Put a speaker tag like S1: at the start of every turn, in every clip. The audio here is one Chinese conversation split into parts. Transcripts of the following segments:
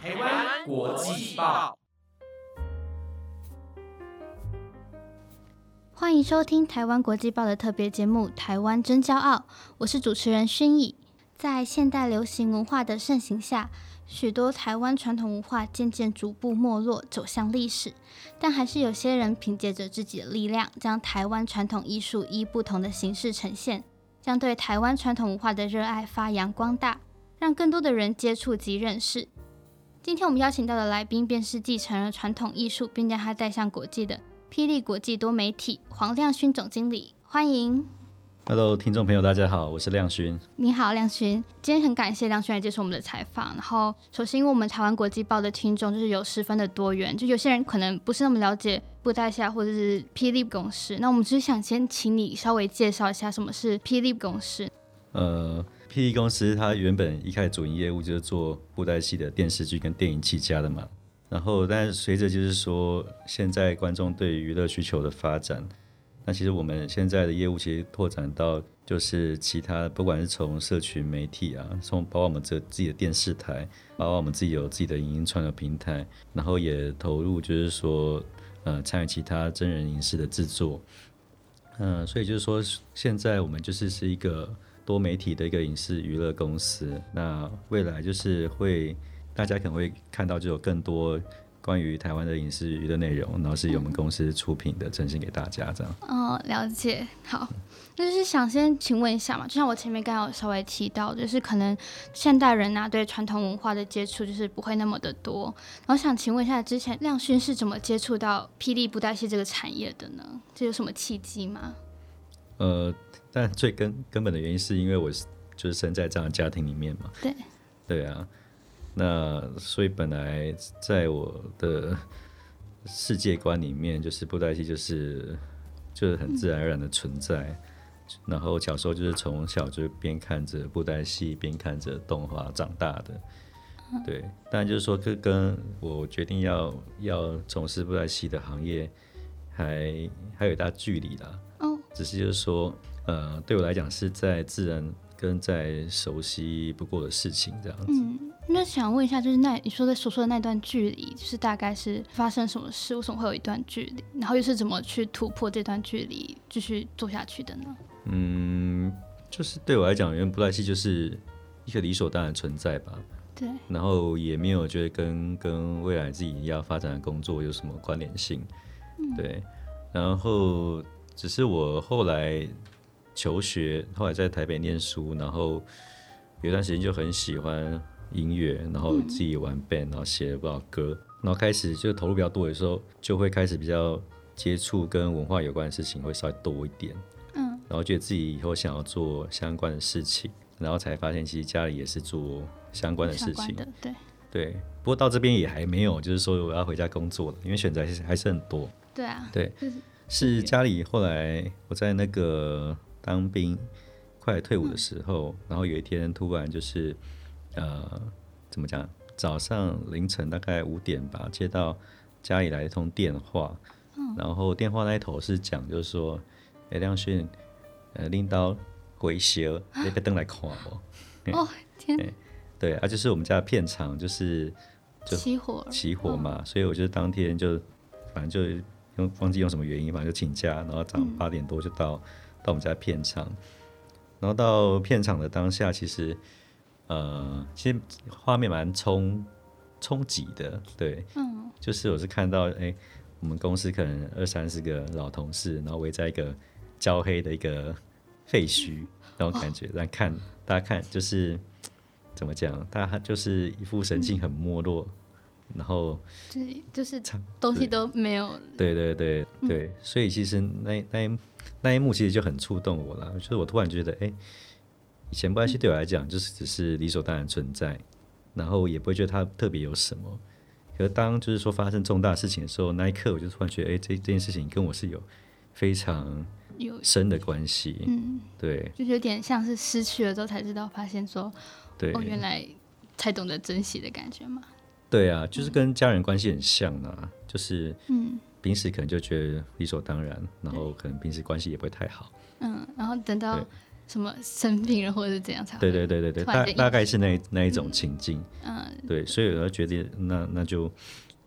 S1: 台湾国际报。
S2: 欢迎收听台湾国际报的特别节目《台湾真骄傲》，我是主持人薰逸。在现代流行文化的盛行下，许多台湾传统文化渐渐逐步没落，走向历史。但还是有些人凭借着自己的力量，将台湾传统艺术以不同的形式呈现，将对台湾传统文化的热爱发扬光大，让更多的人接触及认识。今天我们邀请到的来宾，便是继承了传统艺术，并将它带向国际的霹雳国际多媒体黄亮勋总经理。欢迎，
S3: Hello，听众朋友，大家好，我是亮勋。
S2: 你好，亮勋。今天很感谢亮勋来接受我们的采访。然后，首先因为我们台湾国际报的听众就是有十分的多元，就有些人可能不是那么了解布袋下或者是霹雳公司。那我们只是想先请你稍微介绍一下什么是霹雳公司。
S3: 呃，P E 公司它原本一开始主营业务就是做布袋戏的电视剧跟电影起家的嘛，然后但是随着就是说现在观众对于娱乐需求的发展，那其实我们现在的业务其实拓展到就是其他，不管是从社群媒体啊，从包括我们这自己的电视台，包括我们自己有自己的影音串流平台，然后也投入就是说呃参与其他真人影视的制作。嗯、所以就是说，现在我们就是是一个多媒体的一个影视娱乐公司。那未来就是会，大家可能会看到就有更多关于台湾的影视娱乐内容，然后是由我们公司出品的，呈现给大家这样。
S2: 哦，了解。好，那就是想先请问一下嘛，就像我前面刚刚有稍微提到，就是可能现代人啊对传统文化的接触就是不会那么的多，然后想请问一下，之前亮勋是怎么接触到霹雳布袋戏这个产业的呢？这有什么契机吗？
S3: 呃，但最根根本的原因是因为我是就是生在这样的家庭里面嘛。
S2: 对。
S3: 对啊，那所以本来在我的世界观里面，就是布袋戏就是就是很自然而然的存在。然后小时候就是从小就是边看着布袋戏边看着动画长大的。对，但就是说跟跟我决定要要从事布袋戏的行业还还有一大距离啦。
S2: 哦，
S3: 只是就是说，呃，对我来讲是在自然跟在熟悉不过的事情这样子。
S2: 嗯，那想问一下，就是那你说的所说的那段距离，就是大概是发生什么事？为什么会有一段距离？然后又是怎么去突破这段距离，继续做下去的呢？
S3: 嗯，就是对我来讲，原本布袋戏就是一个理所当然的存在吧。
S2: 对，
S3: 然后也没有觉得跟跟未来自己要发展的工作有什么关联性，
S2: 嗯
S3: 对。然后只是我后来求学，后来在台北念书，然后有段时间就很喜欢音乐，然后
S2: 嗯
S3: 自己玩 band，然后写了不少歌，然后开始就投入比较多的时候，就会开始比较接触跟文化有关的事情会稍微多一点，
S2: 嗯，
S3: 然后觉得自己以后想要做相关的事情，然后才发现其实家里也是做相关的
S2: 相
S3: 事
S2: 关
S3: 情，
S2: 的，对。
S3: 对，不过到这边也还没有，就是说我要回家工作了，因为选择还是还是很多。
S2: 对啊，
S3: 对
S2: 就是，
S3: 是家里后来我在那个当兵快退伍的时候，然后有一天突然就是呃，怎么讲？早上凌晨大概五点吧，接到家里来一通电话，
S2: 嗯
S3: 然后电话那一头是讲，就是说，哎、亮勋，呃，拎刀回修，你别登来看我。
S2: 哦，天，
S3: 对啊，就是我们家的片场，就是就
S2: 起火了，
S3: 起火嘛，所以我就当天就反正就用忘记用什么原因，反正就请假，然后早上八点多就到、到我们家片场，然后到片场的当下，其实呃，其实画面蛮冲冲击的，对，嗯，就是我是看到哎、我们公司可能二三十个老同事，然后围在一个焦黑的一个废墟那种感觉，但看大家看就是。怎么讲？大家就是一副神情很没落，然后
S2: 就是就是东西都没有，
S3: 对对对
S2: 嗯
S3: 对，所以其实那那一那一幕其实就很触动我了，就是我突然觉得，哎、以前布袋戏对我来讲就是只是理所当然存在，然后也不会觉得它特别有什么。可是当就是说发生重大事情的时候，那一刻我就突然觉得，哎、这这件事情跟我是有非常
S2: 有
S3: 深的关系。
S2: 嗯，
S3: 对
S2: 就是有点像是失去了之后才知道，发现说
S3: 对、
S2: 哦，原来才懂得珍惜的感觉嘛。
S3: 对啊，就是跟家人关系很像啊，就是
S2: 嗯
S3: 平时可能就觉得理所当然，然后可能平时关系也不会太好。
S2: 嗯，然后等到
S3: 对
S4: 什么生病了或者是怎样才会
S3: 对对对对对，
S4: 突然
S3: 大
S4: 间
S3: 大概是那一那一种情境，
S4: 嗯，
S3: 对，所以我要决定，那那就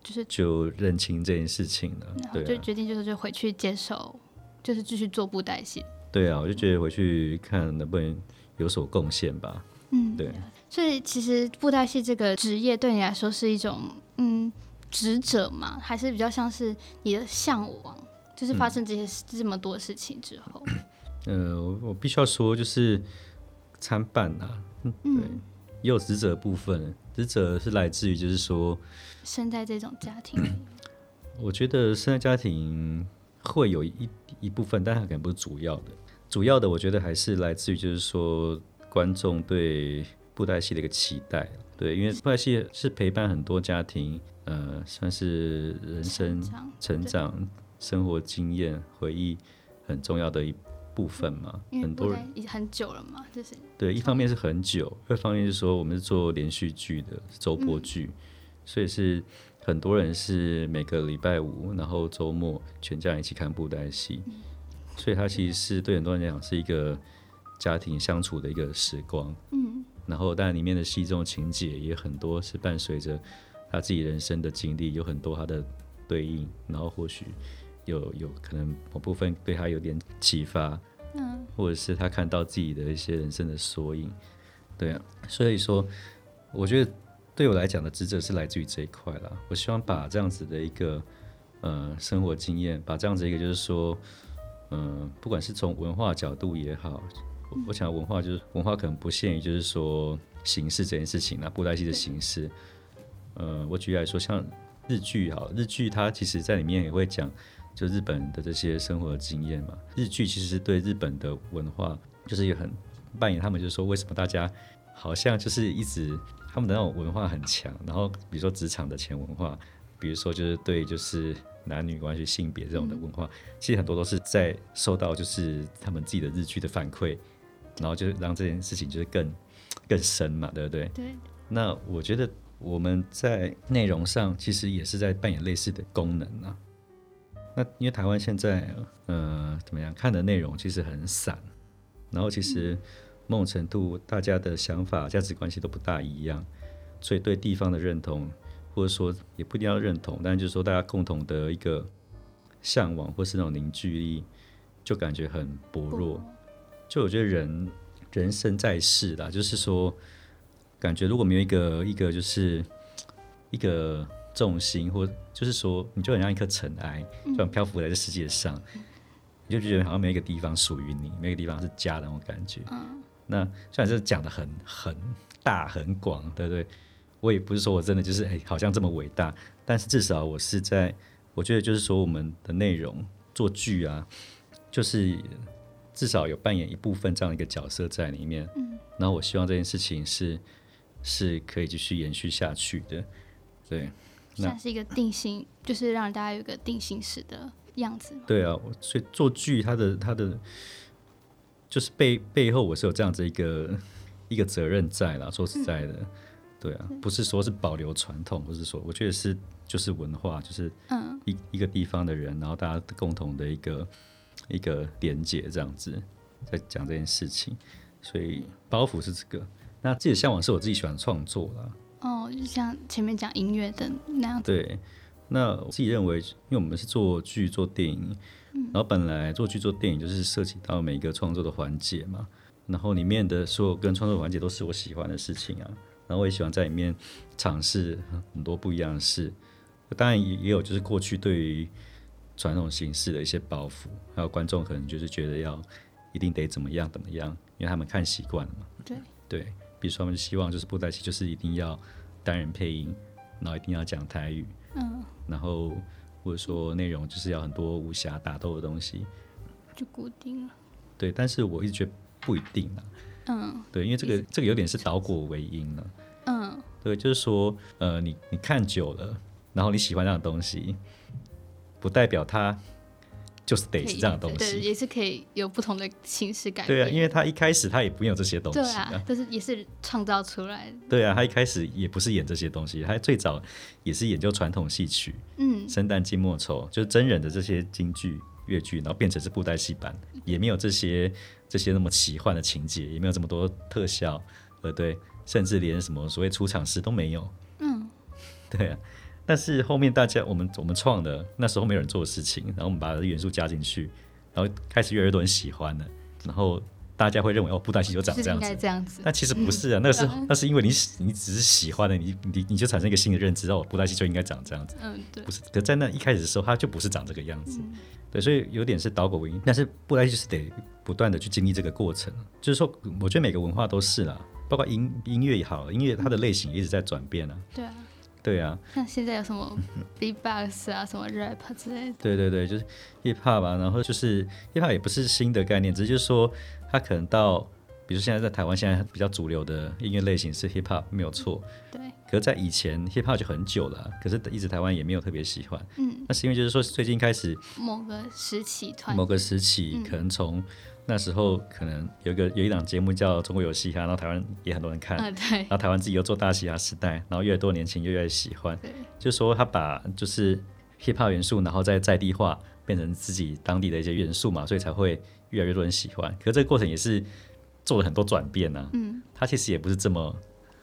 S4: 就是
S3: 就认清这件事情了，
S4: 然后
S3: 对
S4: 就
S3: 啊，
S4: 决定就是就回去接受，就是继续做布袋戏。
S3: 对啊，我就觉得回去看能不能有所贡献吧，
S4: 嗯，
S3: 对，
S4: 所以其实布袋戏这个职业对你来说是一种嗯职责嘛，还是比较像是你的向往？就是发
S3: 嗯
S4: 生这些事这么多事情之后，
S3: 呃，我我必须要说，就是参半啊，对
S4: 嗯，
S3: 也有职责的部分，职责是来自于就是说，
S4: 生在这种家庭里，
S3: 我觉得生在家庭会有一一部分，但它可能不是主要的，主要的我觉得还是来自于就是说观众对布袋戏的一个期待，对，因为布袋戏是陪伴很多家庭，呃，算是人生
S4: 成长
S3: 成长、生活经验、回忆很重要的一部分嘛，
S4: 因为
S3: 很多
S4: 布
S3: 人
S4: 袋已经很久了嘛，就是
S3: 对，一方面是很久，二方面是说我们是做连续剧的是周播剧，所以是很多人是每个礼拜五，然后周末全家人一起看布袋戏，所以它其实是对很多人来讲是一个家庭相处的一个时光。
S4: 嗯，
S3: 然后但里面的戏中情节也很多是伴随着他自己人生的经历，有很多他的对应，然后或许有有可能某部分对他有点启发，
S4: 嗯，
S3: 或者是他看到自己的一些人生的缩影，对啊，所以说我觉得对我来讲的职责是来自于这一块啦。我希望把这样子的一个呃生活经验，把这样子一个就是说，嗯、不管是从文化角度也好，我我想文化就是文化可能不限于就是说形式这件事情啦，布袋戏的形式。呃，我举例来说，像日剧好了，日剧它其实在里面也会讲就日本的这些生活经验嘛。日剧其实是对日本的文化就是也很扮演他们，就是说为什么大家好像就是一直他们的那种文化很强，然后比如说职场的前文化，比如说就是对就是男女关系、性别这种的文化，其实很多都是在受到就是他们自己的日剧的反馈，然后就是让这件事情就是更更深嘛，对不对？
S4: 对，
S3: 那我觉得我们在内容上其实也是在扮演类似的功能啊。那因为台湾现在呃怎么样看的内容其实很散，然后其实某种程度大家的想法、价值关系都不大一样，所以对地方的认同，或者说也不一定要认同，但就是说大家共同的一个向往或是那种凝聚力，就感觉很薄弱。就我觉得人人生在世啦，就是说，感觉如果没有一个一个就是一个重心，或就是说，你就很像一颗尘埃，就很漂浮在这世界上，你就觉得好像没有一个地方属于你，没有一个地方是家的那种感觉。那虽然这讲的很很大很广，对不对？我也不是说我真的就是哎、好像这么伟大，但是至少我是在，我觉得就是说我们的内容做剧啊，就是至少有扮演一部分这样的一个角色在里面。嗯，然后我希望这件事情是是可以继续延续下去的。对那
S4: 算是一个定型，就是让大家有一个定型式的样子。
S3: 对啊，我所以做剧它的它的就是背背后我是有这样子一个 一个责任在啦。说实在的，
S4: 嗯
S3: 对啊，不是说是保留传统，不是说我觉得是就是文化，就是
S4: 嗯，
S3: 一一个地方的人，然后大家共同的一个一个连接，这样子在讲这件事情，所以包袱是这个。那自己的向往是我自己喜欢创作啦，
S4: 哦，就像前面讲音乐的那样子，
S3: 对，那我自己认为，因为我们是做剧做电影，
S4: 嗯
S3: 然后本来做剧做电影就是涉及到每一个创作的环节嘛，然后里面的所有跟创作环节都是我喜欢的事情啊，然后我也喜欢在里面尝试很多不一样的事，当然也也有就是过去对于传统形式的一些包袱，还有观众可能就是觉得要一定得怎么样怎么样，因为他们看习惯了嘛，
S4: 对
S3: 对，比如说他们希望就是布袋戏就是一定要单人配音，然后一定要讲台语，
S4: 嗯，
S3: 然后或者说内容就是要很多武侠打斗的东西，
S4: 就固定了。
S3: 对。但是我一直觉得不一定啊，
S4: 嗯
S3: 对，因为这个这个有点是倒果为因了、
S4: 嗯，
S3: 对，就是说，呃，你你看久了，然后你喜欢那样的东西，不代表它就是
S4: 可
S3: 得
S4: 以
S3: 是这样的东
S4: 对，
S3: 西，
S4: 也是可以有不同的形式改变。
S3: 对啊，因为它一开始它也不用这些东西
S4: 对啊，都是也是创造出来的。
S3: 对啊，他一开始也不是演这些东西，他最早也是研究传统戏曲，
S4: 嗯
S3: 《生旦净末丑》就是真人的这些京剧越剧，然后变成是布袋戏版，也没有这些这些那么奇幻的情节，也没有这么多特效，呃，对，甚至连什么所谓出场诗都没有。
S4: 嗯，
S3: 对啊。但是后面大家我们我们创的那时候没有人做的事情，然后我们把元素加进去，然后开始越来越多人喜欢了，然后大家会认为哦，布袋戏就长
S2: 是嗯
S3: 这
S2: 应
S3: 样子
S2: 该。这样子。
S3: 但其实不是啊，那个是那是因为你喜你只是喜欢了，你你你就产生一个新的认知，哦，布袋戏就应该长这样子，
S2: 嗯，对
S3: 不，是？可在那一开始的时候，它就不是长这个样子，对，所以有点是倒果为因。但是布袋戏就是得不断的去经历这个过程，就是说，我觉得每个文化都是啦，包括音音乐也好，音乐它的类型也一直在转变啊，
S4: 对啊，
S3: 对啊，
S2: 像现在有什 么 beatbox 啊，什么 rap 之类的，
S3: 对对对，就是 hip hop 吧、然后就是 hip hop 也不是新的概念，只是就是说它可能到，比如说现在在台湾现在比较主流的音乐类型是 hip hop 没有错，
S2: 对，
S3: 可是在以前 hip hop 就很久了啊，可是一直台湾也没有特别喜欢，
S4: 嗯，
S3: 那是因为就是说最近开始
S2: 某个时期团嗯
S3: 某个时期，可能从那时候可能有一个有一档节目叫《中国有嘻哈》，然后台湾也很多人看，
S4: 呃
S2: 嗯，对
S3: 然，后台湾自己又做大嘻哈时代，然后越来越多年轻人越来越喜欢
S2: 对，
S3: 就说他把就是 hip hop 元素，然后再在地化，变成自己当地的一些元素嘛，所以才会越来越多人喜欢。可是这个过程也是做了很多转变呐、啊
S4: 嗯，
S3: 它其实也不是这么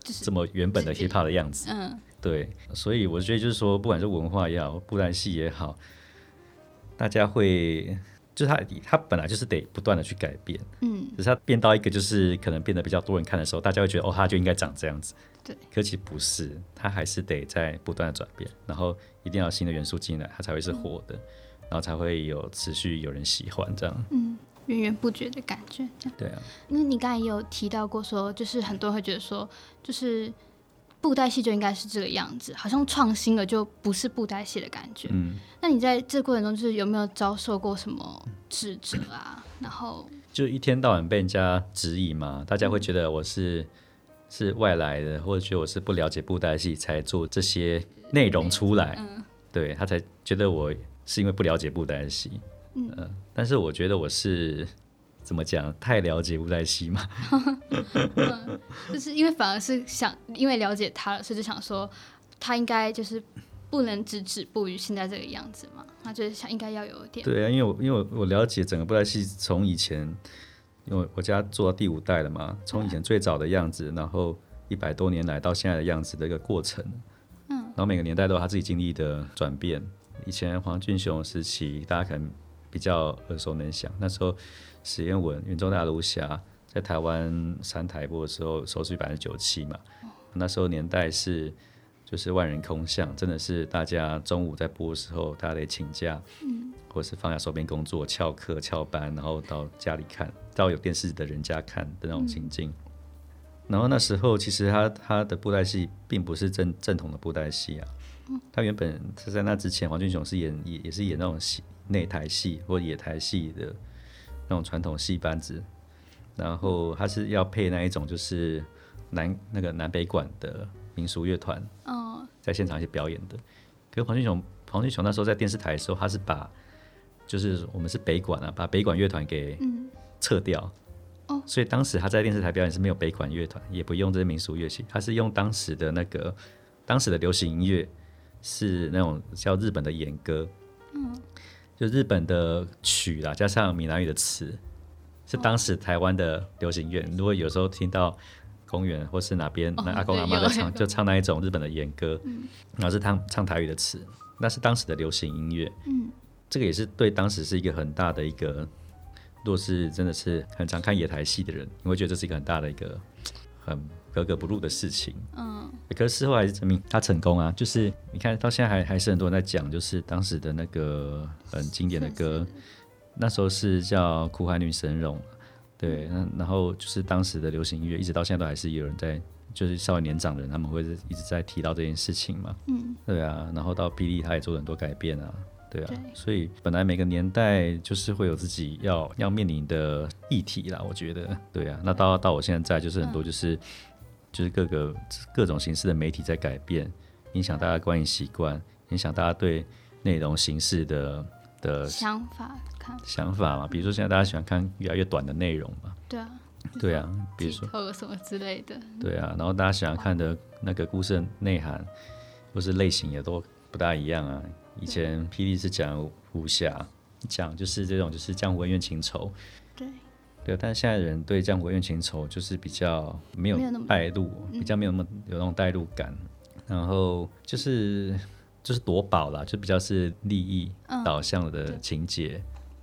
S2: 就是
S3: 这么原本的
S2: 自己
S3: hip hop 的样子，
S2: 嗯，
S3: 对，所以我觉得就是说，不管是文化也好，布袋戏也好，大家会就是它它本来就是得不断的去改变，
S4: 嗯，
S3: 可是它变到一个就是可能变得比较多人看的时候，大家会觉得哦，它就应该长这样子。
S2: 对，
S3: 可其实不是，它还是得在不断的转变，然后一定要有新的元素进来，它才会是活的，然后才会有持续有人喜欢这样。
S4: 源源不绝的感觉。这样
S3: 对啊，
S4: 因为你刚才也有提到过说就是很多人会觉得说，就是布袋戏就应该是这个样子，好像创新了就不是布袋戏的感觉。
S3: 嗯，
S4: 那你在这过程中，就是有没有遭受过什么指责啊？然后，
S3: 就一天到晚被人家质疑嘛，大家会觉得我是是外来的，或者觉得我是不了解布袋戏才做这些内容出来，对他才觉得我是因为不了解布袋戏。嗯、但是我觉得我是怎么讲，太了解布袋戏嘛，
S2: 就是因为反而是想，因为了解他了，所以就想说他应该就是不能只止步于现在这个样子嘛，他就是想应该要有一点，
S3: 对啊，因为我因为我我了解整个布袋戏从以前，因为我家做到第五代了嘛，从以前最早的样子，然后一百多年来到现在的样子的一个过程，嗯，然后每个年代都有他自己经历的转变。以前黄俊雄时期，大家可能比较耳熟能详，那时候史艳文、云中大儒侠在台湾三台播的时候，收视率百分之九七嘛，那时候年代是。就是万人空巷，真的是大家中午在播的时候，大家得请假，或是放下手边工作、翘课、翘班，然后到家里看，到有电视的人家看的那种情境。然后那时候其实他他的布袋戏并不是正正统的布袋戏啊，他原本是在那之前，黄俊雄是演也也是演那种戏内台戏或野台戏的那种传统戏班子，然后他是要配那一种就是南那个南北管的民俗乐团，
S4: 嗯、
S3: 在现场一些表演的。可是黄俊雄，黄俊雄那时候在电视台的时候，他是把就是
S2: 嗯
S3: 我们是北管啊，把北管乐团给撤掉。
S4: 哦
S3: 所以当时他在电视台表演是没有北管乐团，也不用这些民俗乐器，他是用当时的那个当时的流行音乐，是那种叫日本的演歌，嗯，就日本的曲啦，加上闽南语的词，是
S2: 哦
S3: 当时台湾的流行乐。如果有时候听到公园或是哪边那阿公
S2: 对
S3: 阿妈
S2: 哦有嗯
S3: 在唱，就唱那一种日本的演歌，然后是唱唱台语的词，那是当时的流行音乐。嗯，这个也是对当时是一个很大的一个，若是真的是很常看野台戏的人，你会觉得这是一个很大的一个很格格不入的事情。
S4: 嗯，
S3: 可是事后还是证明他成功啊！就是你看到现在还还是很多人在讲，就是当时的那个很经典的歌，那时候是叫《苦海女神容》，对，那然后就是当时的流行音乐，一直到现在都还是有人在，就是稍微年长的人，他们会一直在提到这件事情嘛，嗯，对啊，然后到霹雳他也做了很多改变啊。对啊，所以本来每个年代就是会有自己要要面临的议题啦，我觉得，对啊，那到到我现在就是很多就是、就是各个各种形式的媒体在改变，影响大家观影习惯，影响大家对内容形式的的
S4: 想法看，
S3: 想法嘛。比如说现在大家喜欢看越来越短的内容嘛，
S4: 对啊，
S3: 对啊，比如说
S2: 或什么之类的，
S3: 对啊，然后大家喜欢看的那个故事的内涵或是类型也都不大一样啊。以前霹雳是讲武侠，讲，就是这种就是江湖恩怨情仇。
S4: 对
S3: 对，但现在的人对江湖恩怨情仇就是比较没有
S2: 没有那么
S3: 带入，比较没有那么有那种带入感，然后就是就是夺宝啦，就比较是利益导向的情节。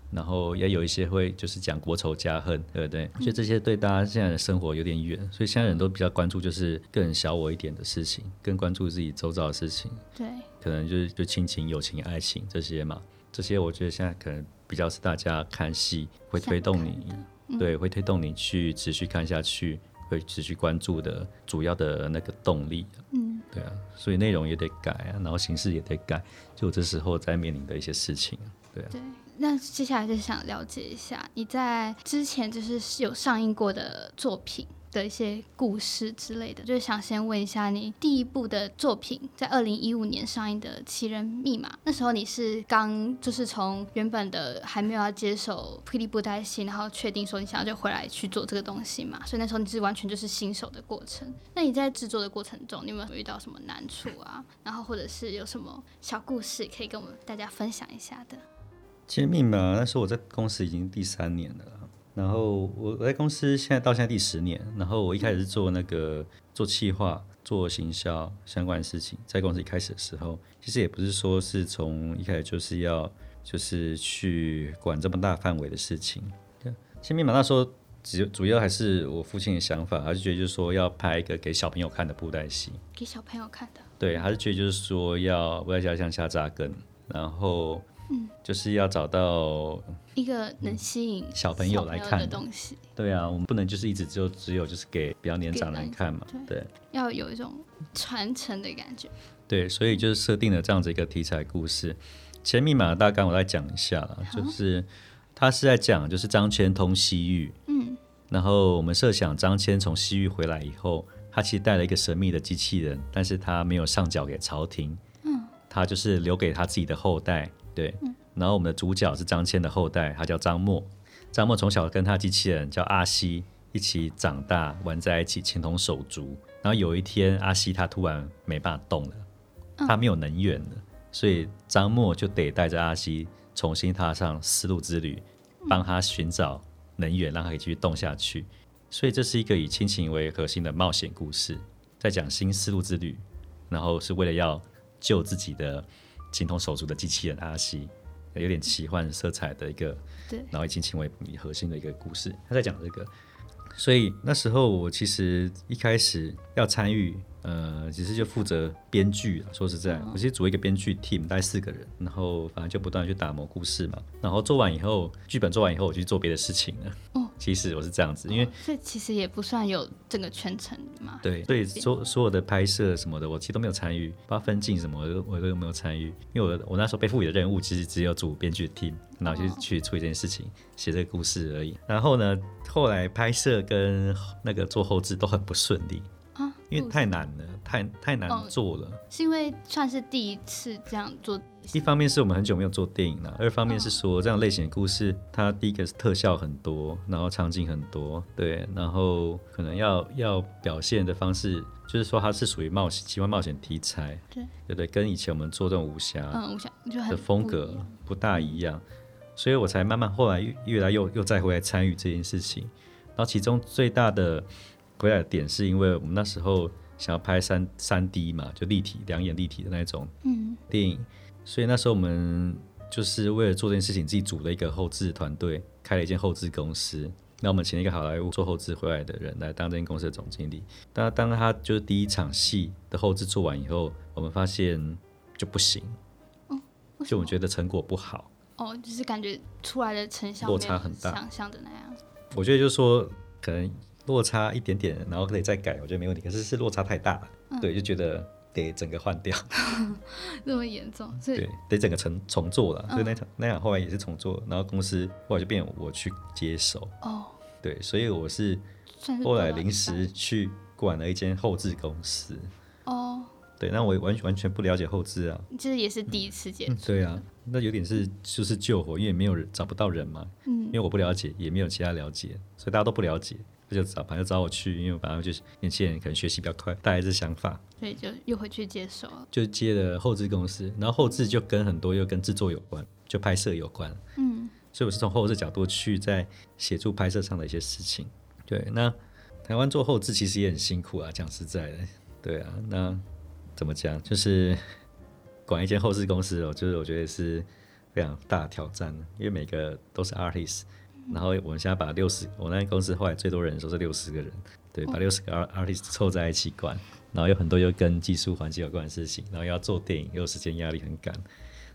S3: 然后也有一些会就是讲国仇家恨，对不对？所以这些对大家现在的生活有点远，所以现在人都比较关注就是更小我一点的事情，更关注自己周遭的事情。
S2: 对，
S3: 可能就是就亲情、友情、爱情这些嘛。这些我觉得现在可能比较是大家看戏会推动你，对，会推动你去持续看下去，会持续关注的主要的那个动力。
S4: 嗯，
S3: 对啊，所以内容也得改啊，然后形式也得改，就我这时候在面临的一些事情。对啊，
S2: 那接下来就想了解一下你在之前就是有上映过的作品的一些故事之类的，就是想先问一下你第一部的作品在二零一五年上映的《奇人密码》，那时候你是刚就是从原本的还没有要接手霹雳布袋戏，然后确定说你想要就回来去做这个东西嘛，所以那时候你是完全就是新手的过程。那你在制作的过程中，你有没有遇到什么难处啊？然后或者是有什么小故事可以跟我们大家分享一下的？
S3: 其实密码那时候我在公司已经第三年了啦，然后我我在公司现在到现在第十年，然后我一开始是做那个做企划、做行销相关的事情，在公司一开始的时候，其实也不是说是从一开始就是要就是去管这么大范围的事情。其实密码那时候主主要还是我父亲的想法，他就觉得就是说要拍一个给小朋友看的布袋戏，
S2: 给小朋友看的。
S3: 对，他是觉得就是说要布袋戏要向下扎根，然后。就是要找到
S2: 一个能吸引
S3: 嗯小朋友来看
S2: 的东西，
S3: 对啊，我们不能就是一直就只有就是给比较年长的人看嘛，对
S2: 要有一种传承的感觉。
S3: 对，所以就是设定了这样子一个题材故事。前密码的大纲我再讲一下啦，就是他是在讲就是张骞通西域，嗯，然后我们设想张骞从西域回来以后，他其实带了一个神秘的机器人，但是他没有上缴给朝廷，嗯，他就是留给他自己的后代，对，然后我们的主角是张骞的后代，他叫张默，张默从小跟他机器人叫阿西一起长大，玩在一起，情同手足。然后有一天，阿西他突然没办法动了，他没有能源了，所以张默就得带着阿西重新踏上丝路之旅，帮他寻找能源，让他可以继续动下去。所以这是一个以亲情为核心的冒险故事，在讲新丝路之旅，然后是为了要救自己的情同手足的机器人阿西，有点奇幻色彩的一个
S2: 对，
S3: 然后以亲情为核心的一个故事，他在讲这个。所以那时候我其实一开始要参与，呃，其实就负责编剧啊。说实在，我其实组一个编剧 team，大概四个人，然后反正就不断地去打磨故事嘛。然后做完以后，剧本做完以后，我就去做别的事情了。
S2: 哦，
S3: 其实我是这样子，因为
S2: 所以其实也不算有整个全程嘛。
S3: 对，所以所所有的拍摄什么的，我其实都没有参与，包括分镜什么，我都我都没有参与，因为我我那时候被赋予的任务其实只有组编剧 team，然后去、
S2: 哦
S3: 去处理这件事情，写这个故事而已。然后呢，后来拍摄跟那个做后置都很不顺利，
S2: 啊，
S3: 因为
S2: 不
S3: 太难了，太太难
S2: 哦
S3: 做了。
S2: 是因为算是第一次这样做，
S3: 一方面是我们很久没有做电影了，二方面是说这样类型的故事，它第一个是特效很多，然后场景很多，对，然后可能要要表现的方式，就是说它是属于冒险、奇幻冒险题材，
S2: 对
S3: 对不对？跟以前我们做这种武侠啊
S2: 嗯，我想就很
S3: 的风
S2: 不一
S3: 格
S2: 样
S3: 不大一样，所以我才慢慢后来越越来又又再回来参与这件事情。然后其中最大的回来的点是因为我们那时候想要拍三三 D 嘛，就立体两眼立体的那种
S2: 嗯，
S3: 电影，所以那时候我们就是为了做这件事情，自己组了一个后置团队，开了一间后置公司。那我们请了一个好莱坞做后置回来的人来当这间公司的总经理。但当他就是第一场戏的后置做完以后，我们发现就不行，
S2: 为什
S3: 就我
S2: 么
S3: 们觉得成果不好。
S2: 哦，就是感觉出来的成效
S3: 落
S2: 没有
S3: 差很大
S2: 想象的那样。
S3: 我觉得就是说可能落差一点点，然后可以再改，我觉得没问题。可是是落差太大了，
S2: 嗯
S3: 对，就觉得得整个换掉，
S2: 那么严重，所以
S3: 对，得整个重重做了。
S2: 嗯
S3: 所以那场那场后来也是重做，然后公司后来就变我去接手，
S2: 哦，
S3: 对，所以我是
S2: 算是
S3: 后来
S2: 做到
S3: 临
S2: 一
S3: 时去管了一间后置公司，
S2: 半哦，
S3: 对，那我也完完全不了解后置啊，
S2: 就是也是第一次接触，
S3: 对啊，那有点是就是救火，因为没有人找不到人嘛，
S2: 嗯
S3: 因为我不了解，也没有其他了解，所以大家都不了解，就找反正找我去，因为反正就是年轻人可能学习比较快，大概是想法，
S2: 所以就又回去接手了。
S3: 就接了后置公司，然后后置就跟很多又跟制作有关，就拍摄有关，所以我是从后置角度去在协助拍摄上的一些事情。对，那台湾做后置其实也很辛苦啊，讲实在的，对啊，那怎么讲就是管一间后置公司哦，就是我觉得是非常大的挑战，因为每个都是 artist，然后我们现在把六十，我那间公司后来最多人的时候是六十个人，对，把六十个 art- artist 凑在一起管，然后有很多又跟技术环节有关的事情，然后又要做电影，又时间压力很赶，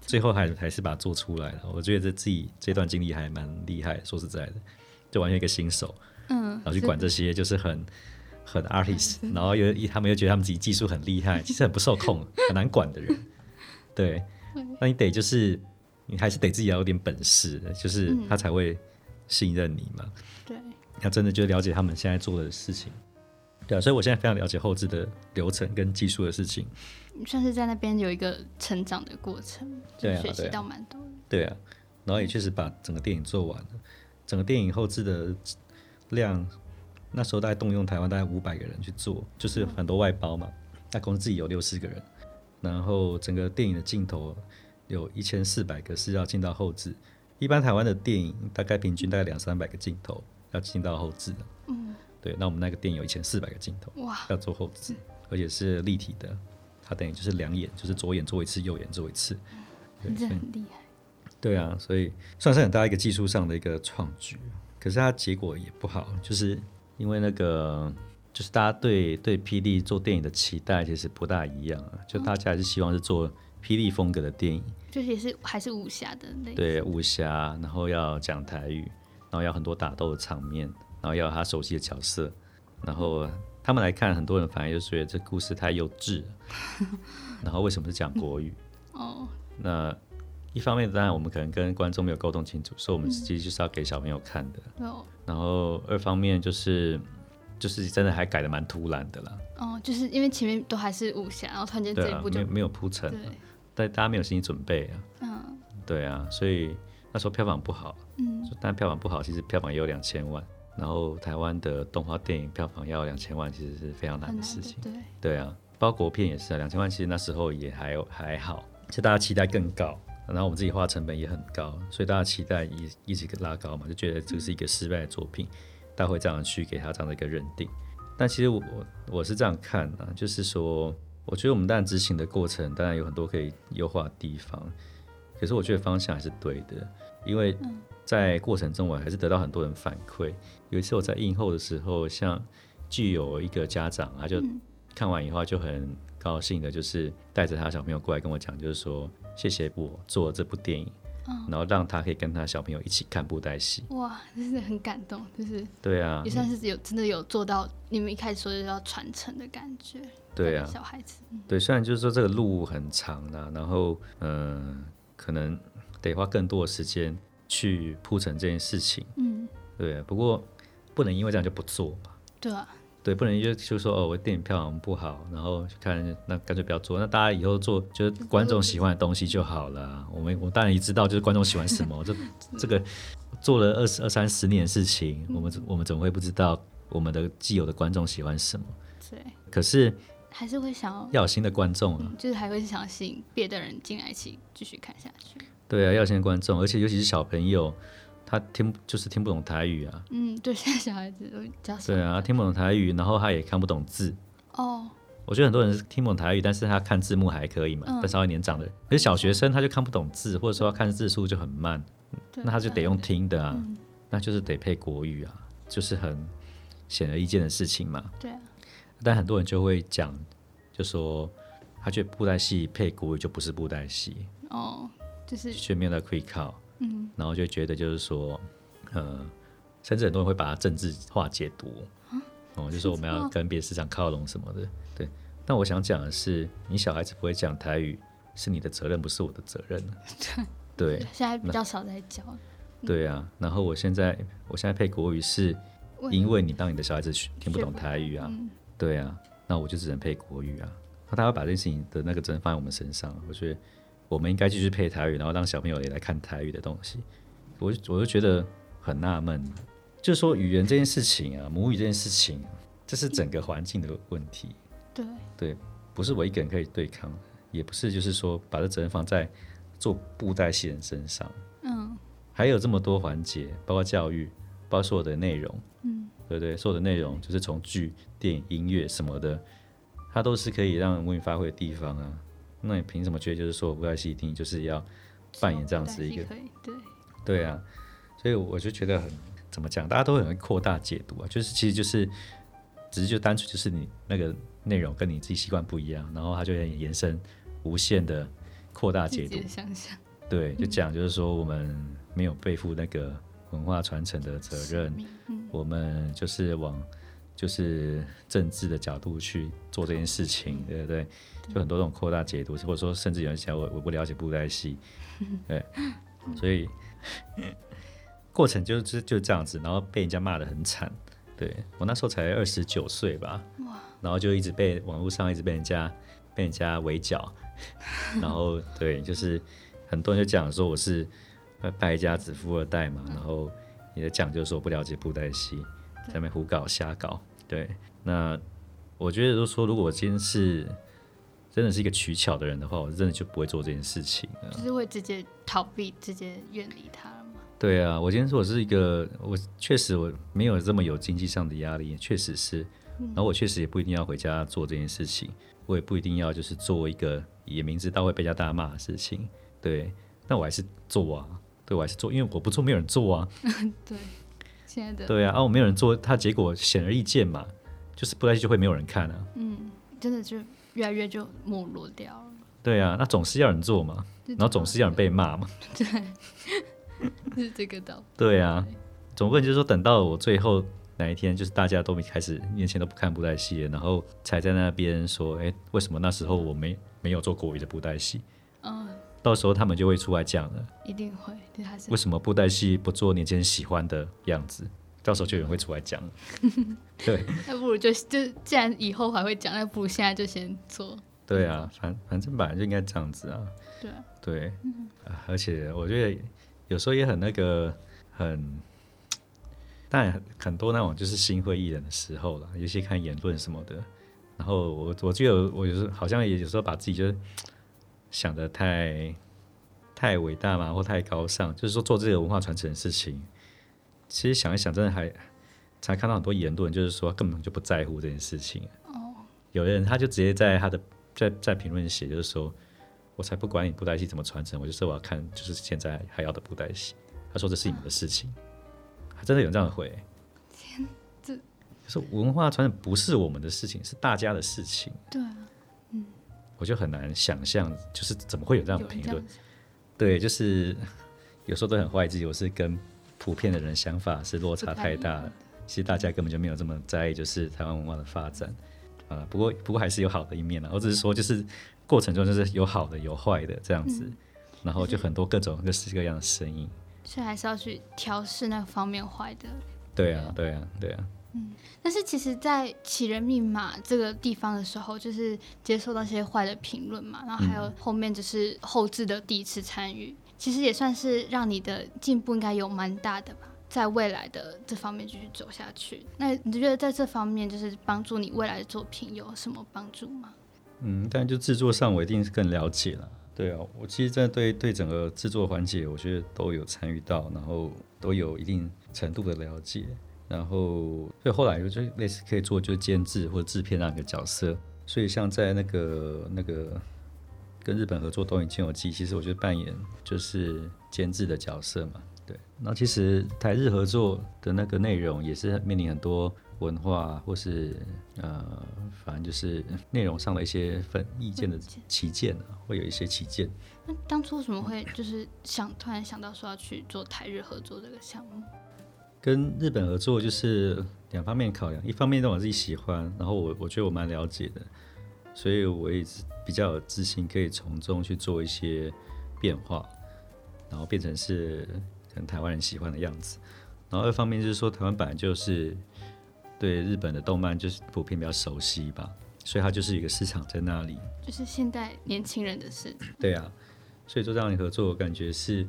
S3: 最后还还是把它做出来了。我觉得自己这段经历还蛮厉害，说实在的，就完全一个新手，
S2: 嗯，
S3: 然后去管这些就是很很 artist，然后又他们又觉得他们自己技术很厉害，其实很不受控，很难管的人。对，那你得就是你还是得自己要有点本事，就是他才会信任你嘛。
S2: 对，
S3: 要真的就了解他们现在做的事情。对啊，所以我现在非常了解后置的流程跟技术的事情。
S2: 你算是在那边有一个成长的过程，就
S3: 对啊
S2: 学
S3: 对
S2: 习
S3: 啊
S2: 到蛮多的。
S3: 对啊，然后也确实把整个电影做完了，整个电影后置的量，那时候大概动用台湾大概五百个人去做，就是很多外包嘛，那公司自己有六十个人，然后整个电影的镜头有一千四百个是要进到后置，一般台湾的电影大概平均大概两三百个镜头要进到后置的，嗯，对，那我们那个电影有一千四百个镜头，
S2: 哇，
S3: 要做后置，而且是立体的，它等于就是两眼，就是左眼做一次，右眼做一次，对，
S2: 你真
S3: 所以
S2: 的很厉害。
S3: 对啊，所以算是很大一个技术上的一个创举，可是它结果也不好，就是因为那个就是大家对对霹雳做电影的期待其实不大一样啊，就大家还是希望是做霹雳风格的电影，
S2: 就是也是还是武侠的类型，
S3: 对武侠，然后要讲台语，然后要很多打斗的场面，然后要有他熟悉的角色，然后他们来看，很多人反而就觉得这故事太幼稚了，然后为什么是讲国语？
S2: 哦，
S3: 那一方面，当然我们可能跟观众没有沟通清楚，所以我们其实就是要给小朋友看的。
S2: 有
S3: 然后二方面就是，就是真的还改的蛮突然的啦，
S2: 哦，就是因为前面都还是武侠，然后突然间这
S3: 对
S2: 一
S3: 啊
S2: 部，
S3: 没
S2: 就
S3: 有没有铺陈，
S2: 对，
S3: 但大家没有心理准备啊，
S2: 嗯
S3: 对啊，所以那时候票房不好，
S2: 嗯，
S3: 但票房不好，其实票房也有两千万，然后台湾的动画电影票房要两千万，其实是非常难
S2: 很
S3: 的
S2: 难
S3: 事
S2: 的
S3: 情，。
S2: 对，
S3: 对啊，包括国片也是啊，两千万其实那时候也还有还好，就大家期待更高，然后我们自己花成本也很高，所以大家期待一一直拉高嘛，就觉得这是一个失败的作品，大家会这样去给他这样的一个认定。但其实我我我是这样看啊，就是说，我觉得我们当然执行的过程，当然有很多可以优化的地方，可是我觉得方向还是对的，因为在过程中我还是得到很多人反馈。有一次我在映后的时候，像具有一个家长，他就看完以后他就很高兴的，就是带着他小朋友过来跟我讲，就是说谢谢我做这部电影，
S2: 嗯
S3: 然后让他可以跟他小朋友一起看布袋戏。
S2: 哇，真的很感动，就是
S3: 对啊
S2: 也，算是有真的有做到你们一开始说的要传承的感觉，
S3: 对啊，
S2: 小孩子，
S3: 对，虽然就是说这个路很长啦、然后嗯、呃可能得花更多的时间去铺陈这件事情。
S2: 嗯，
S3: 对啊，不过不能因为这样就不做嘛。
S2: 对啊，
S3: 对，不能就就说哦，我电影票房不好，然后去看那干脆不要做。那大家以后做就是观众喜欢的东西就好了。啊我们我当然也知道，就是观众喜欢什么，这这个做了二十二三十年的事情，我们我们怎么会不知道我们的既有的观众喜欢什么？
S2: 对，
S3: 可是
S2: 还是会想要，
S3: 要有新的观众啊，
S2: 嗯就是还会想吸引别的人进来一起继续看下去，
S3: 对啊，要有新的观众，而且尤其是小朋友，他听就是听不懂台语啊，
S2: 嗯，对，现在小孩子都比较少，
S3: 对啊，他听不懂台语，然后他也看不懂字，
S2: 哦，
S3: 我觉得很多人是听不懂台语，但是他看字幕还可以嘛，
S2: 嗯
S3: 但稍微年长的人，可是小学生他就看不懂字，或者说他看字数就很慢，
S2: 对
S3: 那他就得用听的啊，
S2: 嗯
S3: 那就是得配国语啊，就是很显而易见的事情嘛。
S2: 对啊，
S3: 但很多人就会讲，就说他觉得布袋戏配国语就不是布袋戏，
S2: 哦，就是
S3: 却没有在 quick call，
S2: 嗯，
S3: 然后就觉得就是说，呃，甚至很多人会把它政治化解读，
S2: 啊
S3: 哦、就说我们要跟别的市场靠拢什么的，对。但我想讲的是，你小孩子不会讲台语，是你的责任，不是我的责任。啊 对
S2: 现在比较少在教，
S3: 对啊，然后我现在我现在配国语是因为你让你的小孩子学听不懂台语啊，
S2: 嗯
S3: 对啊，那我就只能配国语啊。那他会把这件事情的那个责任放在我们身上，啊我觉得我们应该继续配台语，然后让小朋友也来看台语的东西。我就我就觉得很纳闷，就是说语言这件事情啊，母语这件事情，这是整个环境的问题。
S2: 对，
S3: 不是我一个人可以对抗的，也不是就是说把这责任放在做布袋戏人身上。
S2: 嗯，
S3: 还有这么多环节，包括教育，包括所有的内容，
S2: 嗯，
S3: 对不对？所有的内容就是从剧、电影、音乐什么的，它都是可以让母语发挥的地方啊。那你凭什么觉得就是说布袋戏一定就是要扮演这样子一个
S2: 可以哦对，
S3: 对啊，所以我就觉得很怎么讲，大家都很会扩大解读啊，就是其实就是只是就单纯就是你那个内容跟你自己习惯不一样，然后它就会延伸无限的扩大解
S2: 自
S3: 读
S2: 己。想想
S3: 对，就讲就是说我们没有背负那个文化传承的责任，我们就是往就是政治的角度去做这件事情，对不对？就很多这种扩大解读，或者说甚至有人想我我不了解布袋戏，对，所以过程就是就这样子，然后被人家骂得很惨。对我那时候才二十九岁吧，然后就一直被网络上一直被人家被人家围剿，然后对，就是很多人就讲说我是呃败家子富二代嘛，然后也讲就是说我不了解布袋戏，在那边胡搞瞎搞。对，那我觉得就是说，如果我今天是真的是一个取巧的人的话，我真的就不会做这件事情了。
S2: 就是会直接逃避，直接远离他了嘛。
S3: 对啊，我今天说我是一个，我确实我没有这么有经济上的压力，确实是。然后我确实也不一定要回家做这件事情，我也不一定要就是做一个也明知道会被人家大骂的事情，对。但我还是做啊，对我还是做，因为我不做没有人做啊，
S2: 对，现在的
S3: 对啊，啊我没有人做，它结果显而易见嘛，就是不来就会没有人看啊，
S2: 真的就越来越就没落掉了。
S3: 对啊，那总是要人做嘛，然后总是要人被骂嘛，
S2: 是这个道理。
S3: 对啊，总不能就是说等到我最后哪一天，就是大家都开始年前都不看布袋戏了，然后才在那边说，哎、为什么那时候我没没有做国语的布袋戏？
S2: 嗯，
S3: 到时候他们就会出来讲了，
S2: 一定会，对，还 是
S3: 为什么布袋戏不做年轻人喜欢的样子？到时候就有人会出来讲了， 对
S2: 那不如就就既然以后还会讲，那不如现在就先做。
S3: 对啊，反反正本来就应该这样子啊，
S2: 对啊，
S3: 对，啊而且我觉得有时候也很那个，很，但很多那种就是心灰意冷的时候了，有些看言论什么的，然后我我记得我有时候好像也有时候把自己就是想的太太伟大嘛，或太高尚，就是说做这个文化传承的事情，其实想一想，真的还才看到很多言论，就是说根本就不在乎这件事情。
S2: 哦
S3: 有的人他就直接在他的在在评论写，就是说我才不管你布袋戏怎么传承，我就是我要看就是现在还要的布袋戏。他说这是你们的事情，还真的有人这样回、
S2: 这
S3: 就是文化传承不是我们的事情，是大家的事情。
S2: 对啊，
S3: 我就很难想象，就是怎么会有这样的
S2: 有人
S3: 评
S2: 这
S3: 论
S2: 样。想，
S3: 对，就是 有时候都很怀疑自己，我是跟普遍的人想法是落差太大
S2: 不太一
S3: 了
S2: 样。
S3: 其实大家根本就没有这么在意，就是台湾文化的发展啊。不过，不过还是有好的一面啦。我只是说，就是过程中就是有好的，有坏的这样子，
S2: 嗯
S3: 然后就很多各种各式各样的声音。
S2: 所以还是要去调试那方面坏的。
S3: 对啊，对啊，对啊，
S2: 但是其实，在起人密码这个地方的时候，就是接受到一些坏的评论嘛，然后还
S3: 嗯
S2: 有后面就是后置的第一次参与，其实也算是让你的进步应该有蛮大的吧，在未来的这方面继续走下去。那你觉得在这方面，就是帮助你未来的作品有什么帮助吗？
S3: 嗯，但就制作上，我一定是更了解了。对啊，我其实在对对整个制作环节，我觉得都有参与到，然后都有一定程度的了解，然后所以后来就类似可以做就是监制或者制片那个角色。所以像在那个那个跟日本合作《东影亲友记》，其实我就扮演就是监制的角色嘛。对，那其实台日合作的那个内容也是面临很多文化或是呃，反正就是内容上的一些分意见的旗舰啊，会有一些旗舰。
S2: 那当初为什么会就是想突然想到说要去做台日合作这个项目？
S3: 跟日本合作就是两方面考量，一方面让我自己喜欢，然后我我觉得我蛮了解的，所以我也是比较有自信，可以从中去做一些变化，然后变成是可能台湾人喜欢的样子。然后二方面就是说，台湾本来就是对日本的动漫就是普遍比较熟悉吧，所以它就是一个市场在那里。
S2: 就是现代年轻人的事，
S3: 对啊，所以做这样的合作，我感觉是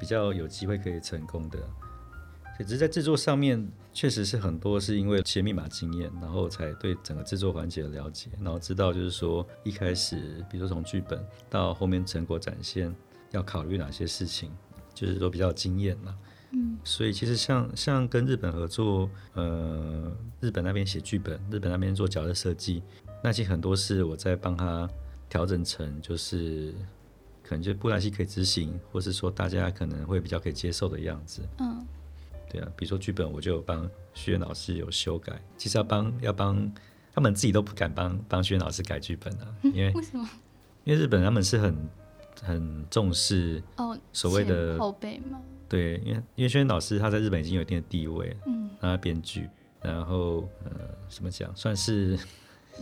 S3: 比较有机会可以成功的。所以只是在制作上面，确实是很多是因为切密码经验，然后才对整个制作环节的了解，然后知道就是说一开始，比如说从剧本到后面成果展现，要考虑哪些事情，就是说比较有经验嘛。嗯，所以其实像像跟日本合作，呃，日本那边写剧本，日本那边做角色设计，那其实很多是我在帮他调整成就是可能就布莱希可以执行，或是说大家可能会比较可以接受的样子。
S2: 嗯，
S3: 对啊，比如说剧本，我就有帮徐元老师有修改，其实要帮要帮他们自己都不敢帮帮徐元老师改剧本 啊，因为
S2: 为什么？
S3: 因为日本他们是很很重视
S2: 哦，
S3: 所谓的
S2: 前后辈嘛，
S3: 对，因为因为轩老师他在日本已经有一定的地位，
S2: 嗯，
S3: 然后他编剧，然后呃，怎么讲，算是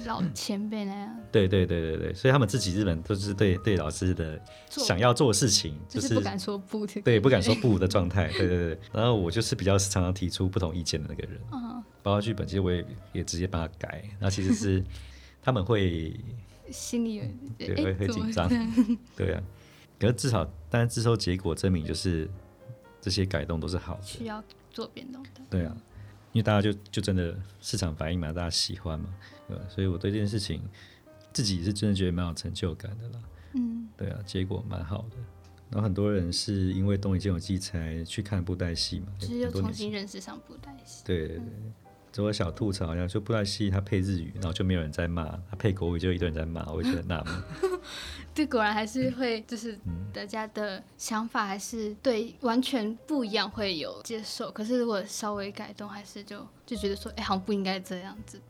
S2: 老前辈那 样
S3: 对对对对对，所以他们自己日本都是对对老师的
S2: 做，
S3: 想要做的事情，
S2: 就
S3: 就是
S2: 不敢说不的，
S3: 对不敢说不的状态，对对对。然后我就是比较常常提出不同意见的那个人，
S2: 嗯，
S3: 包括剧本，其实我也也直接帮他改，然后其 实是他们会
S2: 心里有
S3: 对
S2: 哎
S3: 会会
S2: 怎么
S3: 紧张， 对啊。可是至少，但是之后结果证明就是这些改动都是好的，
S2: 需要做变动的，
S3: 对啊，因为大家就就真的市场反应嘛，大家喜欢嘛，对吧所以我对这件事情自己是真的觉得蛮有成就感的啦。
S2: 嗯，
S3: 对啊，结果蛮好的。然后很多人是因为东野健有纪才去看布袋戏嘛，
S2: 就是
S3: 有
S2: 又
S3: 很多
S2: 重
S3: 年
S2: 新嗯
S3: 前。
S2: 认识上布袋戏，
S3: 对对对，只有小吐槽一下，就布袋戏它配日语，然后就没有人在骂；它配国语就一堆人在骂，我也 觉得很纳闷。
S2: 对，果然还是会就是大家的想法还是对完全不一样会有接受，可是如果稍微改动，还是就就觉得说，哎，好像不应该这样子，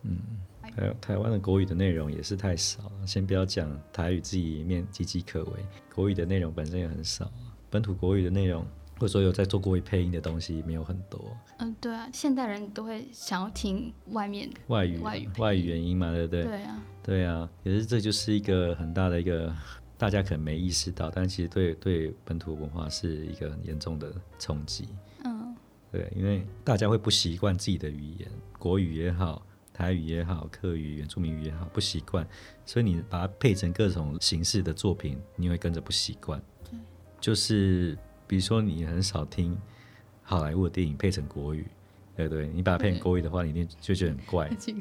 S3: 还有台湾的国语的内容也是太少了，先不要讲台语自己面岌岌可危，国语的内容本身也很少啊，本土国语的内容或者说有在做国语配音的东西没有很多，
S2: 嗯，对啊，现代人都会想要听外面的，
S3: 外语
S2: 外语配音
S3: 外语原因嘛，对不对？
S2: 对啊，
S3: 对啊，也是这就是一个很大的一个大家可能没意识到，但其实对对本土文化是一个很严重的冲击。
S2: 嗯，
S3: 对，因为大家会不习惯自己的语言，国语也好，台语也好，客语、原住民语也好，不习惯，所以你把它配成各种形式的作品，你会跟着不习惯。就是比如说你很少听好莱坞的电影配成国语，对不对？你把它配成国语的话，你一定就觉得很怪。
S2: 这个，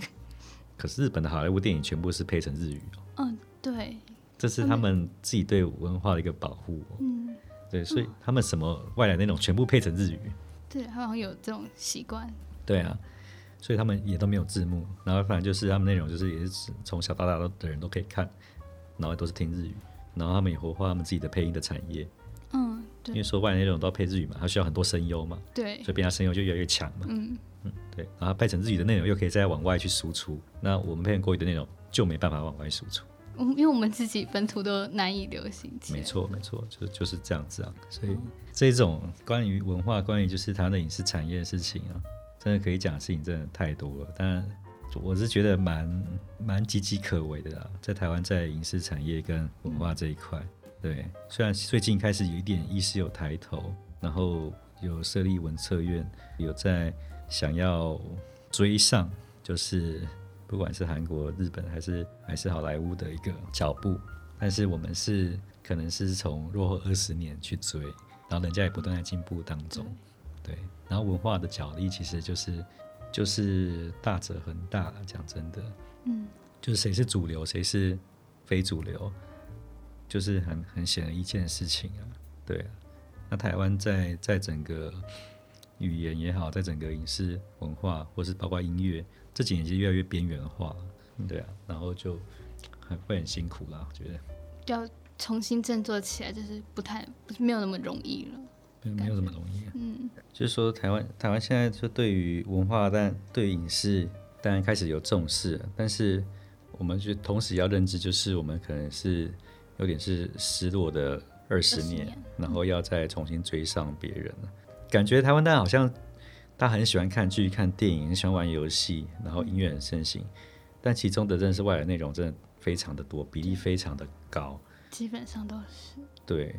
S3: 可是日本的好莱坞电影全部是配成日语哦，
S2: 嗯，对，
S3: 这是他们自己对文化的一个保护、哦。
S2: 嗯。
S3: 对，所以他们什么外来内容全部配成日语。
S2: 对，他好像有这种习惯。
S3: 对啊，所以他们也都没有字幕，然后反正就是他们内容就是也是从小到大都的人都可以看，然后都是听日语，然后他们也活化他们自己的配音的产业，
S2: 嗯，
S3: 因为
S2: 对
S3: 说外来内容都要配日语嘛，它需要很多声优嘛，
S2: 对
S3: 所，以变他声优就越来越强嘛，
S2: 嗯，
S3: 对，然后配成日语的内容又可以再往外去输出，那我们配成国语的内容就没办法往外输出。
S2: 我们因为我们自己本土都难以流行起来。
S3: 没错，没错，就就是这样子啊。所以这种关于文化、关于就是它的影视产业的事情啊，真的可以讲的事情真的太多了。但我是觉得蛮蛮岌岌可危的啦，在台湾在影视产业跟文化这一块，对，虽然最近开始有一点意识有抬头，然后有设立文策院，有在想要追上，就是不管是韩国、日本还是还是好莱坞的一个脚步，但是我们是可能是从落后二十年去追，然后人家也不断在进步当中，对，然后文化的角力其实就是就是大者恒大，讲真的，
S2: 嗯，
S3: 就是谁是主流，谁是非主流，就是很很显而易见的事情啊，对啊，那台湾在在整个语言也好，在整个影视文化，或是包括音乐，这几年其实越来越边缘化，对啊，然后就很会很辛苦啦，我觉得。
S2: 要重新振作起来，就是不太不是没有那么容易了。
S3: 没没有这么容易、啊。
S2: 嗯，
S3: 就是说台湾台湾现在就对于文化，但对影视当然开始有重视了，但是我们就同时也要认知，就是我们可能是有点是失落的二十
S2: 20
S3: 年，
S2: 年
S3: 然后要再重新追上别人了。感觉台湾大家好像大家很喜欢看剧、看电影，很喜欢玩游戏，然后音乐很盛行，但其中的真的是外来内容真的非常的多，比例非常的高。
S2: 基本上都是。
S3: 对，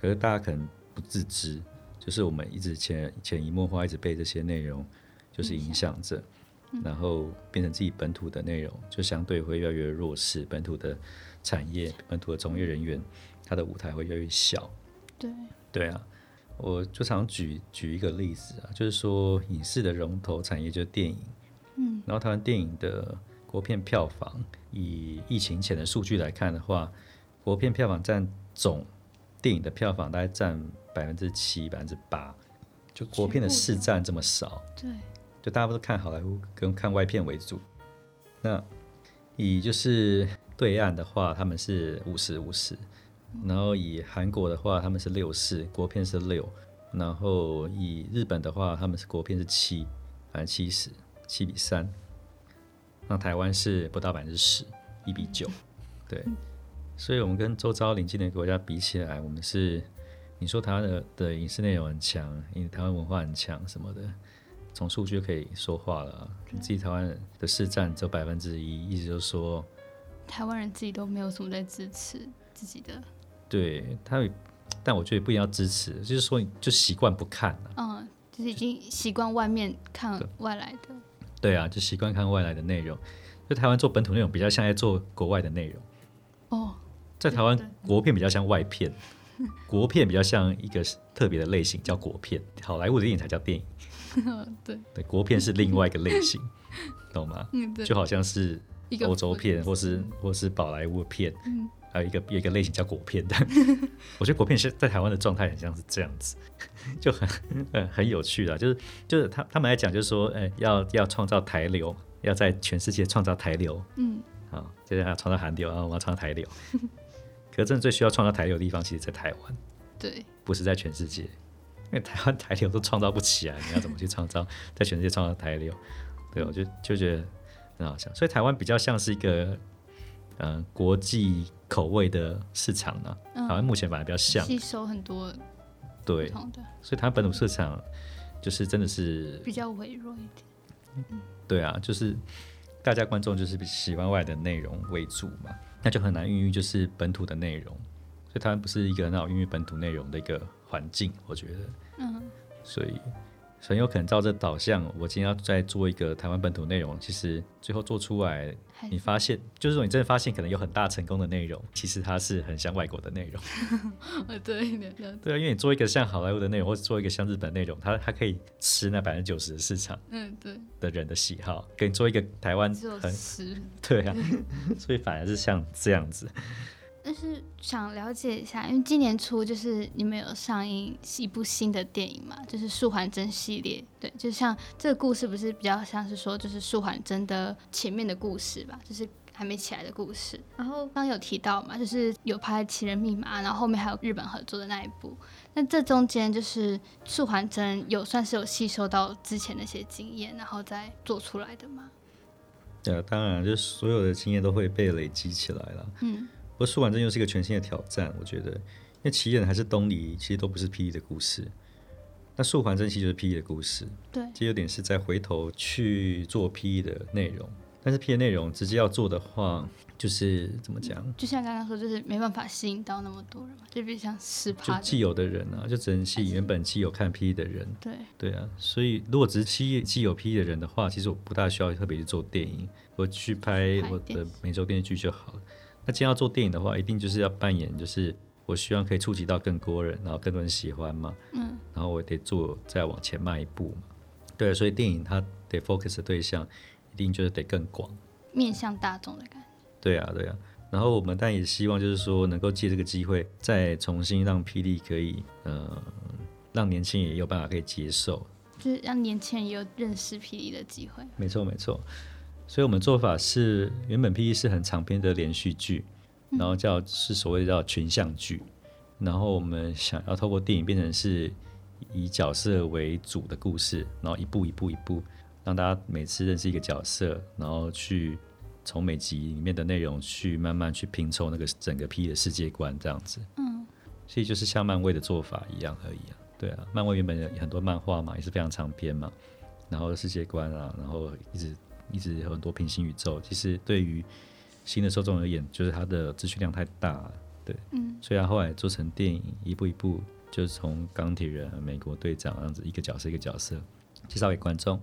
S3: 可是大家可能不自知，就是我们一直潜潜移默化，一直被这些内容就是影响着，
S2: 嗯
S3: 然后变成自己本土的内容，就相对会越来越弱势，本土的产业、本土的从业人员，他的舞台会越来越小。
S2: 对，
S3: 对啊，我就常举举一个例子啊，就是说影视的龙头产业就是电影，
S2: 嗯，
S3: 然后台湾电影的国片票房，以疫情前的数据来看的话，国片票房占总电影的票房大概占百分之七、百分之八，就国片的市占这么少，
S2: 对，
S3: 就大家都看好莱坞跟看外片为主。那以就是对岸的话，他们是五十五十，然后以韩国的话，他们是六四，国片是六，然后以日本的话，他们是国片是七，百分之七十，七比三。那台湾是不到百分之十，一比九，对。所以我们跟周遭邻近的国家比起来，我们是你说台湾的呃的影视内容很强，因为台湾文化很强什么的，从数据就可以说话了啊。你自己台湾的市占只有百分之一，意思就是说，
S2: 台湾人自己都没有什么在支持自己的，
S3: 对他有，但我觉得不一定要支持，就是说你就习惯不看啊。
S2: 嗯，就是已经习惯外面看
S3: 对
S2: 外来的，
S3: 对啊，就习惯看外来的内容。就台湾做本土内容比较像在做国外的内容，
S2: 哦，
S3: 在台湾
S2: 对
S3: 国片比较像外片，国片比较像一个特别的类型叫国片，好莱坞的电影才叫电影，
S2: 对，
S3: 对，国片是另外一个类型，懂吗？
S2: 嗯， 对，
S3: 就好像是
S2: 一个
S3: 欧洲
S2: 不
S3: 片，或是或是宝莱坞片，
S2: 嗯
S3: 还有一个有一个类型叫国 片的。我觉得国片是在台湾的状态很像是这样子， 就很呃很有趣啦。就是就是他他们来讲，就是说，哎、要要创造台流，要在全世界创造台流，
S2: 嗯，
S3: 啊，就是要创造韩流，啊，我们要创 造台流。可是真的最需要创造台流的地方，其实在台湾，
S2: 对，
S3: 不是在全世界，因为台湾 台流都创造不起来，你要怎么去创造在全世界创造台流？对，我就就觉得很好笑。所以台湾比较像是一个嗯、呃国际口味的市场呢、台湾
S2: 嗯，
S3: 目前反而比较像
S2: 吸收很多不
S3: 对，
S2: 同的，
S3: 所以台湾本土市场就是真的是
S2: 比较微 弱一点，
S3: 对啊，就是大家观众就是喜欢外的内容为主嘛，那就很难孕育就是本土的内容，所以台湾不是一个很好孕育本土内容的一个环境，我觉得，
S2: 嗯，
S3: 所以很有可能照这导向，我今天要再做一个台湾本土内容，其实最后做出来，
S2: 还
S3: 你
S2: 是
S3: 发现就是说你真的发现可能有很大成功的内容，其实它是很像外国的 内容，
S2: 呃，对的，了解
S3: 对啊，因为你做一个像好莱坞的内容，或者做一个像日本的内容，它它可以吃那百分之九十的市场
S2: 嗯，对，
S3: 的人的喜好，跟你做一个台湾
S2: 只有
S3: 很
S2: 十，
S3: 对 啊，所以反而是像这样子。
S2: 但是想了解一下，因为今年初就是你们有上映一部新的电影嘛，就是《素还真》系列。对，就像这个故事不是比较像是说，就是《素还真》的前面的故事吧，就是还没起来的故事。然后刚刚有提到嘛，就是有拍《奇人密码》，然后后面还有日本合作的那一部。那这中间就是《素还真》有算是有吸收到之前那些经验，然后再做出来的嘛？
S3: 对啊，当然，就是所有的经验都会被累积起来了。
S2: 嗯，
S3: 不过《舒婉真》又是一个全新的挑战，我觉得，因为《奇人》还是东离，其实都不是 P.E. 的故事。那《素还真》其实就是 P.E. 的故事，
S2: 对，
S3: 其实有点是在回头去做 P.E. 的内容。但是 P.E. 内容直接要做的话，就是怎么讲？
S2: 就像刚刚说，就是没办法吸引到那么多人嘛，就比如像十
S3: 就
S2: 趴的哎
S3: 既有的人啊，就只能吸引原本既有看 P.E. 的人。
S2: 对，
S3: 对啊，所以如果只是吸既有 PE 的人的话，其实我不大需要特别去做电影，我去拍
S2: 拍
S3: 我
S2: 电
S3: 的每周电视剧就好了。那既然要做电影的话，一定就是要扮演，就是我希望可以触及到更多人，然后更多人喜欢嘛，
S2: 嗯，
S3: 然后我得做再往前迈一步嘛。对啊、所以电影它得 focus 的对象，一定就是得更广。
S2: 面向大众的感觉。
S3: 对啊，对啊。然后我们但也希望就是说，能够借这个机会，再重新让霹雳可以，呃，让年轻人也有办法可以接受，
S2: 就是让年轻人也有认识霹雳的机会。
S3: 没错，没错。所以我们做法是，原本 PE 是很长篇的连续剧，然后叫是所谓的叫群像剧，然后我们想要透过电影变成是以角色为主的故事，然后一步一步一步让大家每次认识一个角色，然后去从每集里面的内容去慢慢去拼凑那个整个 PE 的世界观这样子。
S2: 嗯，
S3: 所以就是像漫威的做法一样而已啊。对啊，漫威原本有很多漫画嘛，也是非常长篇嘛，然后世界观啊，然后一直一直有很多平行宇宙。其实对于新的受众而言，就是它的资讯量太大了，对，
S2: 嗯，
S3: 所以他后来做成电影，一步一步就是从钢铁人、美国队长这样子一个角色一个角色介绍给观众，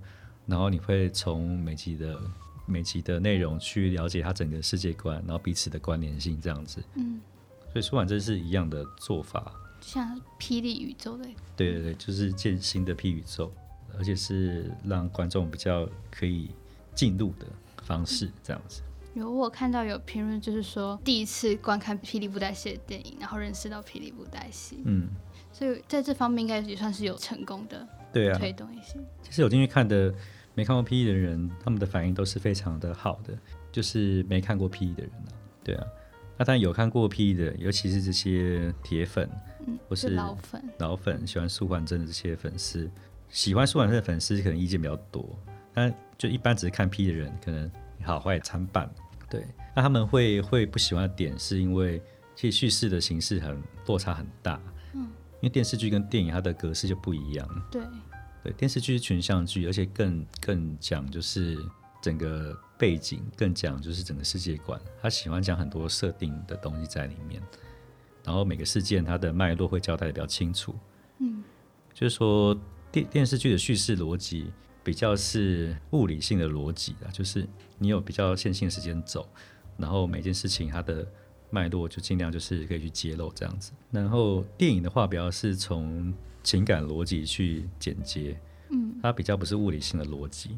S3: 然后你会从每集的每集的内容去了解它整个世界观，然后彼此的关联性这样子，
S2: 嗯，
S3: 所以舒婉真是一样的做法，
S2: 像霹雳宇宙的，
S3: 对对对，就是建新的 P 宇宙，而且是让观众比较可以进入的方式，这样子。
S2: 有我看到有评论，就是说第一次观看霹雳布袋戏的电影，然后认识到霹雳布袋戏，
S3: 嗯，
S2: 所以在这方面应该也算是有成功的
S3: 对啊，
S2: 推动一些。
S3: 其实有进去看的没看过 PE 的人，他们的反应都是非常的好的，就是没看过 PE 的人啊，对啊。那当然有看过 PE 的，尤其是这些铁粉、
S2: 嗯，
S3: 我是
S2: 是老粉，
S3: 老粉、喜欢舒缓真的这些粉丝，喜欢舒缓真的粉丝可能意见比较多，但就一般只是看 PE 的人，可能好坏参半。对，那他们会会不喜欢的点，是因为其实叙事的形式很落差很大，嗯，因为电视剧跟电影它的格式就不一样，
S2: 对，
S3: 对，电视剧是群像剧，而且更更讲就是整个背景，更讲就是整个世界观。他喜欢讲很多设定的东西在里面，然后每个事件它的脉络会交代的比较清楚。
S2: 嗯，
S3: 就是说电电视剧的叙事逻辑比较是物理性的逻辑啊，就是你有比较线性的时间走，然后每件事情它的脉络就尽量就是可以去揭露这样子。然后电影的话，比较是从情感逻辑去剪接，
S2: 嗯，
S3: 它比较不是物理性的逻辑，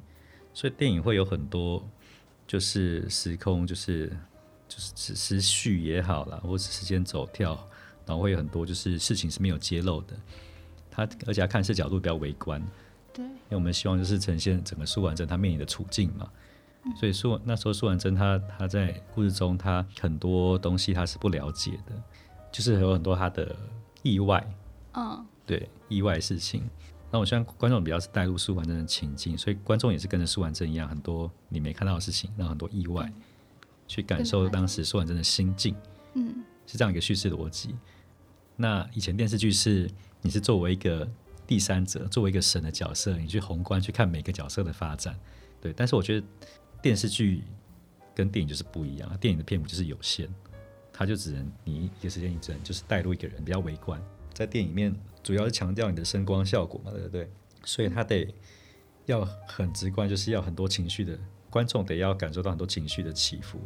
S3: 所以电影会有很多就是时空就是就是时时序也好啦，或是时间走跳，然后会有很多就是事情是没有揭露的。它而且它看视角度比较微观，
S2: 对，
S3: 因为我们希望就是呈现整个苏婉珍她面临的处境嘛。
S2: 嗯
S3: 所以苏那时候苏婉珍她她在故事中她很多东西她是不了解的，就是有很多她的意外，
S2: 嗯，
S3: 对意外事情。那我希望观众比较是带入苏婉珍的情境，所以观众也是跟着苏婉珍一样，很多你没看到的事情，然后很多意外，去感受当时苏婉珍的心境。
S2: 嗯，
S3: 是这样一个叙事逻辑。那以前电视剧是你是作为一个第三者，作为一个神的角色，你去宏观去看每个角色的发展，对。但是我觉得电视剧跟电影就是不一样，电影的篇幅就是有限，它就只能你一个时间你只能就是带入一个人，比较围观。在电影里面主要是强调你的声光效果嘛，对不对？所以它得要很直观，就是要很多情绪的观众得要感受到很多情绪的起伏，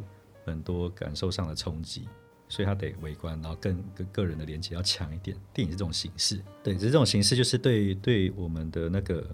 S3: 很多感受上的冲击。所以他得围观，然后更跟个人的连接要强一点。电影是这种形式，对，只是这种形式就是对对我们的那个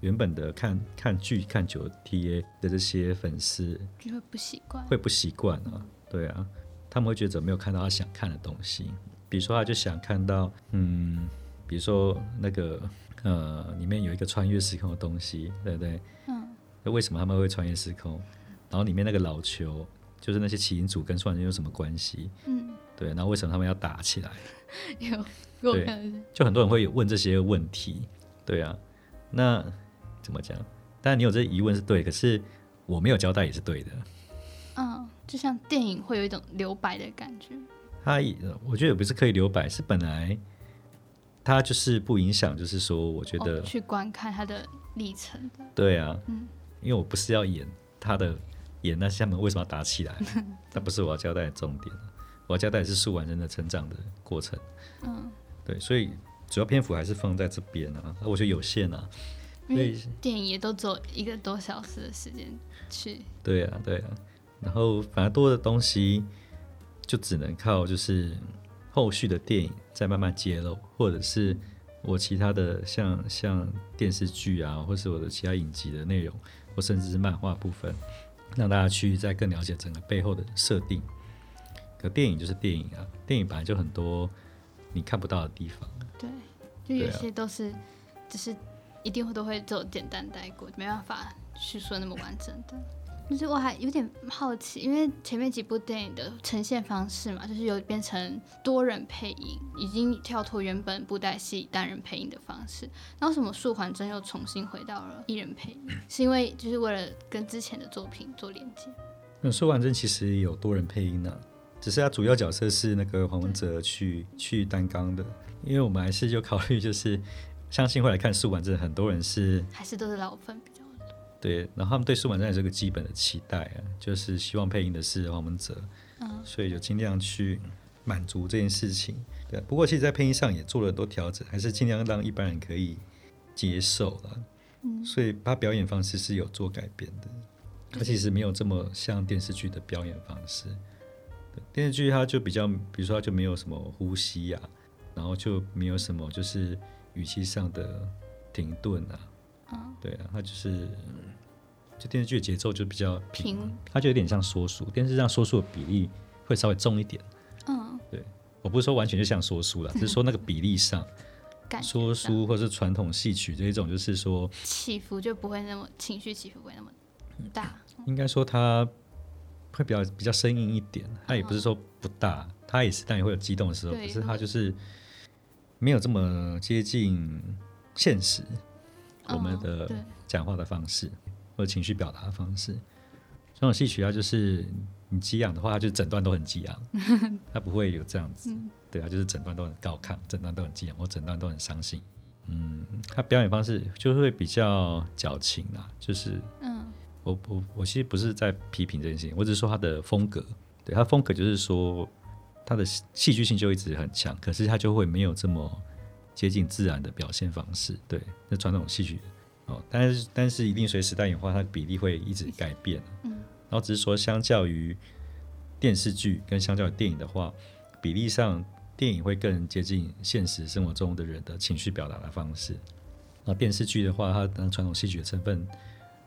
S3: 原本的看看剧看久的 TA 的这些粉丝
S2: 就会不习惯。
S3: 会不习惯啊，对啊，他们会觉得没有看到他想看的东西，比如说他就想看到，嗯，比如说那个呃，里面有一个穿越时空的东西，对不对？
S2: 嗯，
S3: 那为什么他们会穿越时空？然后里面那个老球，就是那些起因组跟双人有什么关系？
S2: 嗯，
S3: 对，然后为什么他们要打起来？
S2: 有我
S3: 对
S2: 看到
S3: 就很多人会问这些问题，对啊，那怎么讲？当然你有这疑问是对，可是我没有交代也是对的。
S2: 嗯，就像电影会有一种留白的感觉。
S3: 他也我觉得也不是刻意留白，是本来他就是不影响，就是说我觉得、
S2: 哦、去观看它的历程的，
S3: 对啊，
S2: 嗯
S3: 因为我不是要演他的演那些他们为什么要打 起来，那不是我要交代的重点，啊我要交代的是树完人的成长的过程。
S2: 嗯，
S3: 对，所以主要篇幅还是放在这边啊，我觉得有限啊。
S2: 因
S3: 所以
S2: 为电影也都只有一个多小时的时间去，
S3: 对啊，对啊。然后反而多的东西就只能靠就是后续的电影再慢慢揭露，或者是我其他的像像电视剧啊，或是我的其他影集的内容，或甚至是漫画部分，让大家去再更了解整个背后的设定。可电影就是电影啊，电影本来就很多你看不到的地方。
S2: 对，就有
S3: 对啊
S2: 些都是、只是一定会都会走简单带过，没办法叙述得那么完整的。就是我还有点好奇，因为前面几部电影的呈现方式嘛，就是有变成多人配音，已经跳脱原本布袋戏单人配音的方式。然后为什么素还真又重新回到了一人配音？是因为就是为了跟之前的作品做连接。
S3: 那说完真其实有多人配音呢、啊只是他主要角色是那个黄文哲去去担纲的，因为我们还是就考虑就是，相信会来看素婉真的很多人是
S2: 还是都是老粉比较
S3: 对，然后他们对素婉真也是有个基本的期待啊，就是希望配音的是黄文哲，
S2: 嗯
S3: 所以就尽量去满足这件事情。对，啊不过其实，在配音上也做了很多调整，还是尽量让一般人可以接受了。
S2: 嗯
S3: 所以他表演方式是有做改变的，他其实没有这么像电视剧的表演方式。对电视剧它就比较，比如说它就没有什么呼吸啊，然后就没有什么就是语气上的停顿啊，
S2: 嗯
S3: 对啊，它就是就电视剧的节奏就比较平，
S2: 平
S3: 它就有点像说书，电视上说书的比例会稍微重一点。
S2: 嗯，
S3: 我不是说完全就像说书啦，只是说那个比例上，
S2: 感觉
S3: 说
S2: 上
S3: 书或是传统戏曲这一种，就是说，
S2: 起伏就不会那么情绪起伏不会那么大，
S3: 应该说它会比较比较生硬一点。它也不是说不大，它也是，但也会有激动的时候，
S2: 对
S3: 可是它就是没有这么接近现实，我们
S2: 嗯
S3: 的
S2: 对
S3: 讲话的方式或者情绪表达的方式。传统戏曲它就是你激昂的话，它就整段都很激 昂，它不会有这样子，
S2: 嗯
S3: 对，它就是整段都很高亢，整段都很激昂，或整段都很伤心。嗯，它表演方式就会比较矫情啦，就是
S2: 嗯
S3: 我我我其实不是在批评这件事情，我只是说他的风格，对他风格就是说他的戏戏剧性就一直很强，可是他就会没有这么接近自然的表现方式，对，那传统戏剧哦，但是但是一定随时代演化，它的比例会一直改变，嗯，然后只是说相较于电视剧跟相较于电影的话，比例上电影会更接近现实生活中的人的情绪表达的方式，啊，电视剧的话，它当传统戏曲的成分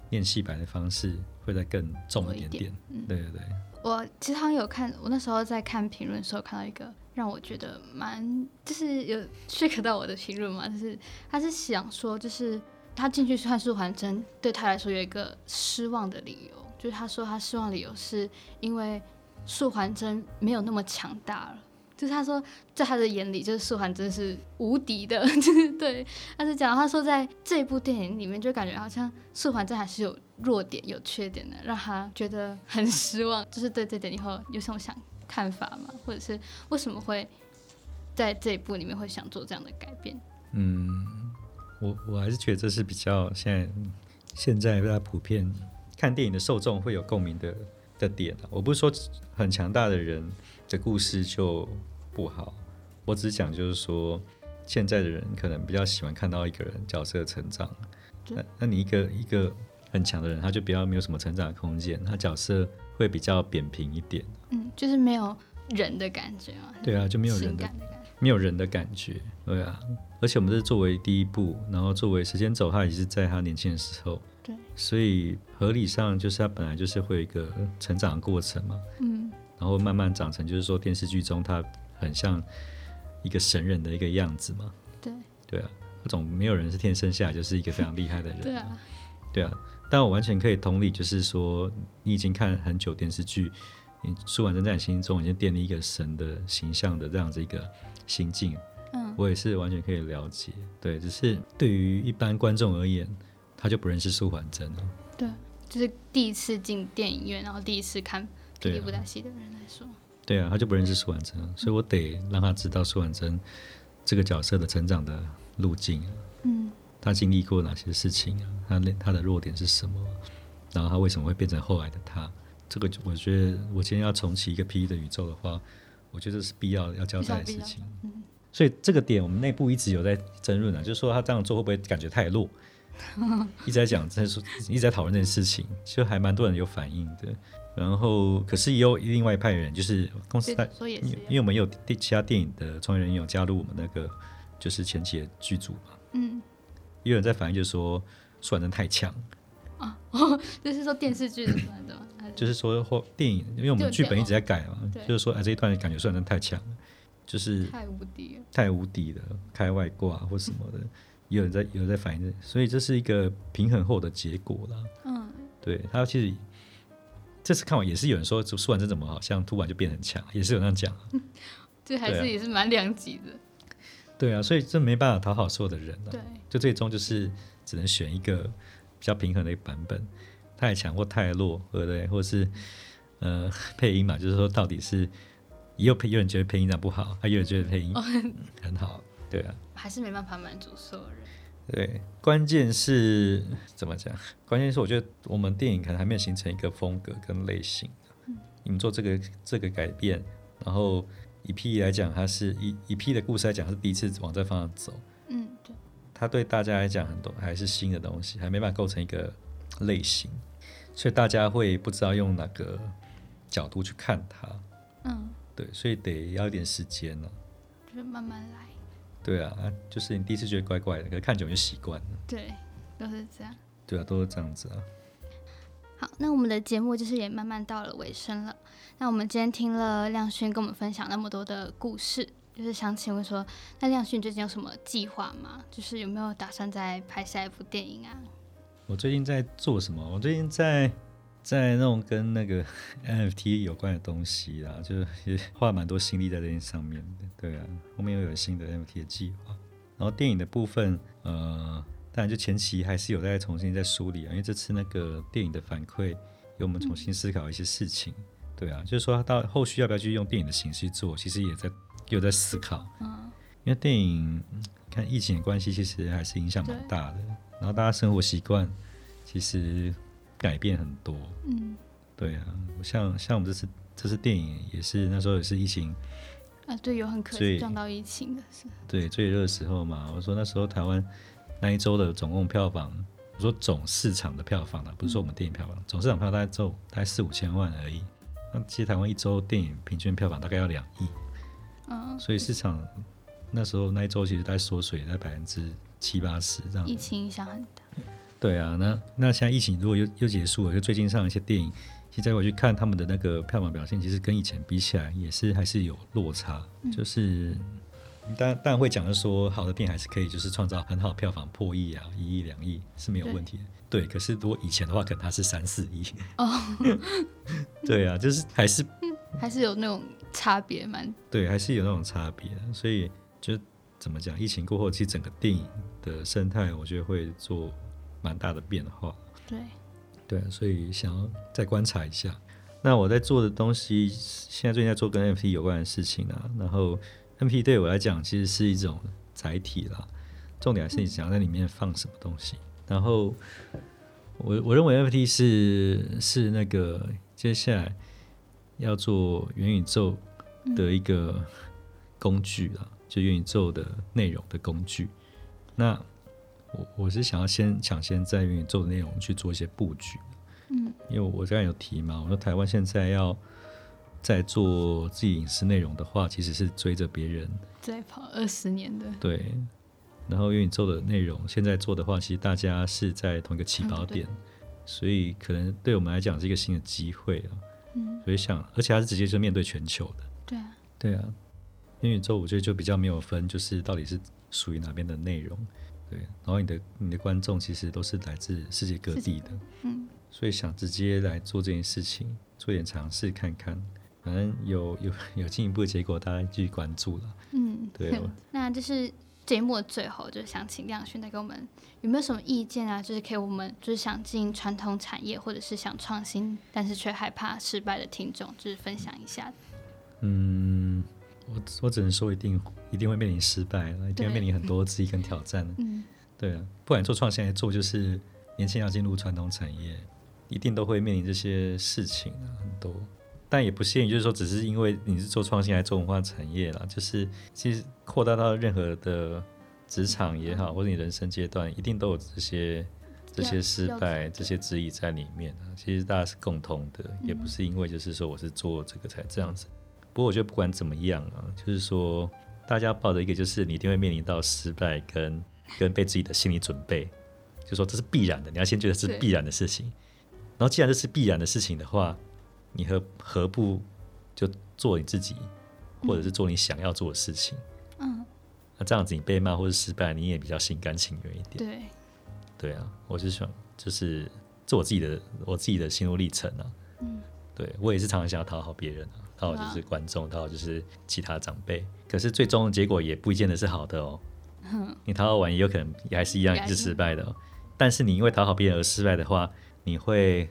S3: 念戏白的方式会再更重一点点。嗯对对对，
S2: 我其实好像有看，我那时候在看评论的时候看到一个让我觉得蛮，就是有 shake 到我的评论嘛，就是他是想说，就是他进去看素还真对他来说有一个失望的理由，就是他说他失望的理由是因为素还真没有那么强大了。就是他说，在他的眼里，就是素还真是无敌的，就是对，他是讲，他说在这部电影里面，就感觉好像素还真还是有弱点、有缺点的，让他觉得很失望。 就是对这点以后有什么想看法吗？或者是为什么会在这一部里面会想做这样的改变？
S3: 嗯，我我还是觉得这是比较现在现在大家普遍看电影的受众会有共鸣的的点、啊。我不是说很强大的人的故事就不好，我只是讲就是说现在的人可能比较喜欢看到一个人角色成长。
S2: 对
S3: 那那你一个一个很强的人，他就比较没有什么成长的空间，他角色会比较扁平一点。
S2: 嗯，就是没有人的感觉嘛，
S3: 对啊，就没有人
S2: 情
S3: 的
S2: 感的感觉。
S3: 没有人的感觉，对啊。而且我们这是作为第一步，然后作为时间走，他也是在他年轻的时候，
S2: 对，
S3: 所以合理上就是他本来就是会有一个成长的过程嘛，
S2: 嗯，
S3: 然后慢慢长成，就是说电视剧中他很像一个神人的一个样子嘛，
S2: 对，
S3: 对啊，那种没有人是天生下来就是一个非常厉害的 人，
S2: 对啊，
S3: 对啊，但我完全可以同理，就是说你已经看很久电视剧，你舒婉珍在你心中已经建立一个神的形象的这样子一个心境，
S2: 嗯，
S3: 我也是完全可以了解。对，只是对于一般观众而言，他就不认识舒婉珍了。
S2: 就是第一次进电影院，然后第一次看霹
S3: 对
S2: 雳
S3: 啊
S2: 布袋戏的人来说，
S3: 对啊，他就不认识舒婉珍了，所以我得让他知道舒婉珍这个角色的成长的路径啊，
S2: 嗯，
S3: 他经历过哪些事情啊，他的他的弱点是什么啊，然后他为什么会变成后来的他？这个就我觉得，我今天要重启一个 PE 的宇宙的话，我觉得这是必要要交代的
S2: 比较
S3: 事
S2: 必要
S3: 情。
S2: 嗯
S3: 所以这个点我们内部一直有在争论啊，就是说他这样做会不会感觉太 弱？一直在讲，在说，一直在讨论这件事情，其实还蛮多人有反应的。然后，可是也有另外一派人，就是公司
S2: 对
S3: 他，，
S2: 所以也
S3: 因
S2: 是
S3: 为
S2: 一
S3: 因
S2: 样，
S3: 为我们有电其他电影的从业人员有加入我们那个就是前期的剧组嘛，
S2: 嗯，
S3: 也有人在反映，就是说苏婉珍太强，
S2: 就是说电视剧什么的嘛，还是
S3: 就是说或电影，因为我们剧本一直在改嘛
S2: 嗯对，
S3: 就是说哎这一段感觉苏婉珍太强了，就是
S2: 太嗯无敌了，
S3: 太无敌了，开外挂或什么的，也有人在有人在反映这，所以这是一个平衡后的结果啦。
S2: 嗯。
S3: 对他其实这次看完也是有人说苏婉珍怎么好像突然就变很强，也是有那样讲啊。
S2: 这还
S3: 对啊
S2: 是也是蛮两极的，
S3: 对啊，所以这没办法讨好所有的人啊。
S2: 对，
S3: 就最终就是只能选一个比较平衡的一个版本，太强或太弱，对不对？或是呃配音嘛，就是说到底是也有配有人觉得配音长不好，啊还有人觉得配音、很好，对啊，
S2: 还是没办法满足所有人。
S3: 对。关键是怎么讲？关键是我觉得我们电影可能还没有形成一个风格跟类型。啊你们做这个这个改变，然后以 P 来讲，它是以以 P 的故事来讲，它是第一次往这方向走。
S2: 嗯，对，
S3: 它对大家来讲很多还是新的东西，还没办法构成一个类型，所以大家会不知道用哪个角度去看它。
S2: 嗯，
S3: 对，所以得要一点时间了、
S2: 就是慢慢来，
S3: 对啊，就是你第一次觉得怪怪的，可是看久了就习惯了。
S2: 对，都是这样。
S3: 对啊，都是这样子啊。
S2: 好，那我们的节目就是也慢慢到了尾声了。那我们今天听了亮勋跟我们分享那么多的故事，就是想请问说，那亮勋最近有什么计划吗？就是有没有打算再拍下一部电影啊？
S3: 我最近在做什么？我最近在在那种跟那个 NFT 有关的东西啦，就是也花蛮多心力在这件事上面的。对啊，后面又有新的 NFT 的计划。然后电影的部分，呃，当然就前期还是有在重新在梳理啊，因为这次那个电影的反馈，给我们重新思考一些事情。对啊，就是说到后续要不要去用电影的形式做，其实也在也有在思考。
S2: 嗯，
S3: 因为电影嗯看疫情的关系，其实还是影响蛮
S2: 对
S3: 大的。然后大家生活习惯其实改变很多。
S2: 嗯，
S3: 对啊，像像我们这次这次电影也是那时候也是疫情
S2: 啊，对，有很可
S3: 所以
S2: 惜撞到疫情的是，
S3: 对最热的时候嘛，我说那时候台湾那一周的总共票房，我说总市场的票房啦，啊不是说我们电影票房，总市场票大概就大概四五千万而已。那其实台湾一周电影平均票房大概要两亿，
S2: 嗯，
S3: 所以市场那时候那一周其实在缩水，在百分之七八十这样
S2: 疫。情影响很大，
S3: 对啊，那那现在疫情如果又又结束了，就最近上一些电影，其实再回去看他们的那个票房表现，其实跟以前比起来也是还是有落差，就是。但但会讲的说，好的电影还是可以，就是创造很好的票房，破亿啊，一亿两亿是没有问题的。对，可是如果以前的话，可能它是三四亿。
S2: 哦，
S3: 对啊，就是还是
S2: 还是有那种差别蛮，
S3: 对，还是有那种差别。所以就怎么讲，疫情过后，其实整个电影的生态，我觉得会做蛮大的变化。
S2: 对，
S3: 对啊，所以想要再观察一下。那我在做的东西，现在最近在做跟 NFT 有关的事情啊。然后 NFT 对我来讲其实是一种载体啦，重点还是你想要在里面放什么东西。然后我我认为 NFT 是是那个接下来要做元宇宙的一个工具啦，就元宇宙的内容的工具。那我我是想要先抢先在元宇宙的内容去做一些布局，嗯，因为我刚才有提嘛，我说台湾现在要在做自己影视内容的话，其实是追着别人
S2: 再跑二十年的，
S3: 对，然后元宇宙的内容现在做的话，其实大家是在同一个起跑点，所以可能对我们来讲是一个新的机会啊，嗯，所以想，而且它是直接就面对全球的，
S2: 对啊，
S3: 对啊，元宇宙我觉得就比较没有分，就是到底是属于哪边的内容。对，然后你的你的观众其实都是来自世界各地的，
S2: 嗯，
S3: 所以想直接来做这件事情，做点尝试看看，反正有有有进一步的结果，大家继续关注了。
S2: 嗯，
S3: 对 哦
S2: 那就是节目的最后，就是想请亮勋再给我们有没有什么意见啊？就是给我们就是想进传统产业或者是想创新，但是却害怕失败的听众，就是分享一下。
S3: 嗯，我我只能说一定一定会面临失败了，一定
S2: 对
S3: 会面临很多质疑跟挑战的。
S2: 嗯，
S3: 对啊，不管做创新还是做，就是年轻人要进入传统产业，一定都会面临这些事情啊，很多。但也不限于就是说，只是因为你是做创新还是做文化产业啦，就是其实扩大到任何的职场也好，或者你人生阶段，一定都有这些这些失败、这些质疑在里面啊。其实大家是共通的，也不是因为就是说我是做这个才这样子。不过我觉得不管怎么样啊，就是说大家抱着一个就是你一定会面临到失败跟跟被自己的心理准备，就说这是必然的，你要先觉得是
S2: 对
S3: 必然的事情。然后既然这是必然的事情的话，你何何不就做你自己，或者是做你想要做的事情？
S2: 嗯，
S3: 那这样子你被骂或者失败，你也比较心甘情愿一点。
S2: 对，
S3: 对啊，我是想就是做我自己的我自己的心路历程啊。
S2: 嗯
S3: 对我也是常常想要讨好别人啊，讨好就是观众，讨好就是其他长辈。可是最终的结果也不见得是好的哦。你讨好完也有可能也还是一样
S2: 也
S3: 也
S2: 还
S3: 是
S2: 是
S3: 失败的、哦。但是你因为讨好别人而失败的话，你会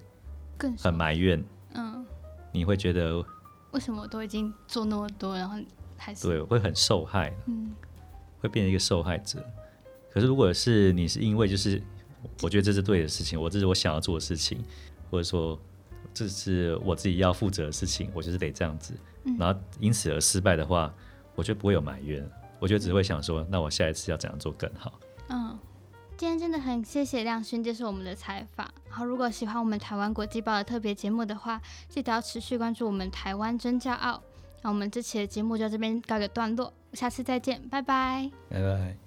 S2: 更
S3: 很埋怨，
S2: 嗯，
S3: 你会觉得
S2: 为什么我都已经做那么多，然后还是
S3: 对会很受害，
S2: 嗯
S3: 会变成一个受害者。可是如果是你是因为就是我觉得这是对的事情，我这是我想要做的事情，或者说这是我自己要负责的事情，我就是得这样子，然后因此而失败的话，我就不会有埋怨，我就只会想说，那我下一次要怎样做更好。
S2: 嗯。今天真的很谢谢亮勋接受我们的采访。然后，如果喜欢我们台湾国际报的特别节目的话，记得要持续关注我们台湾真骄傲。那我们这期的节目就到这边告一个段落，下次再见，拜拜。
S3: 拜拜。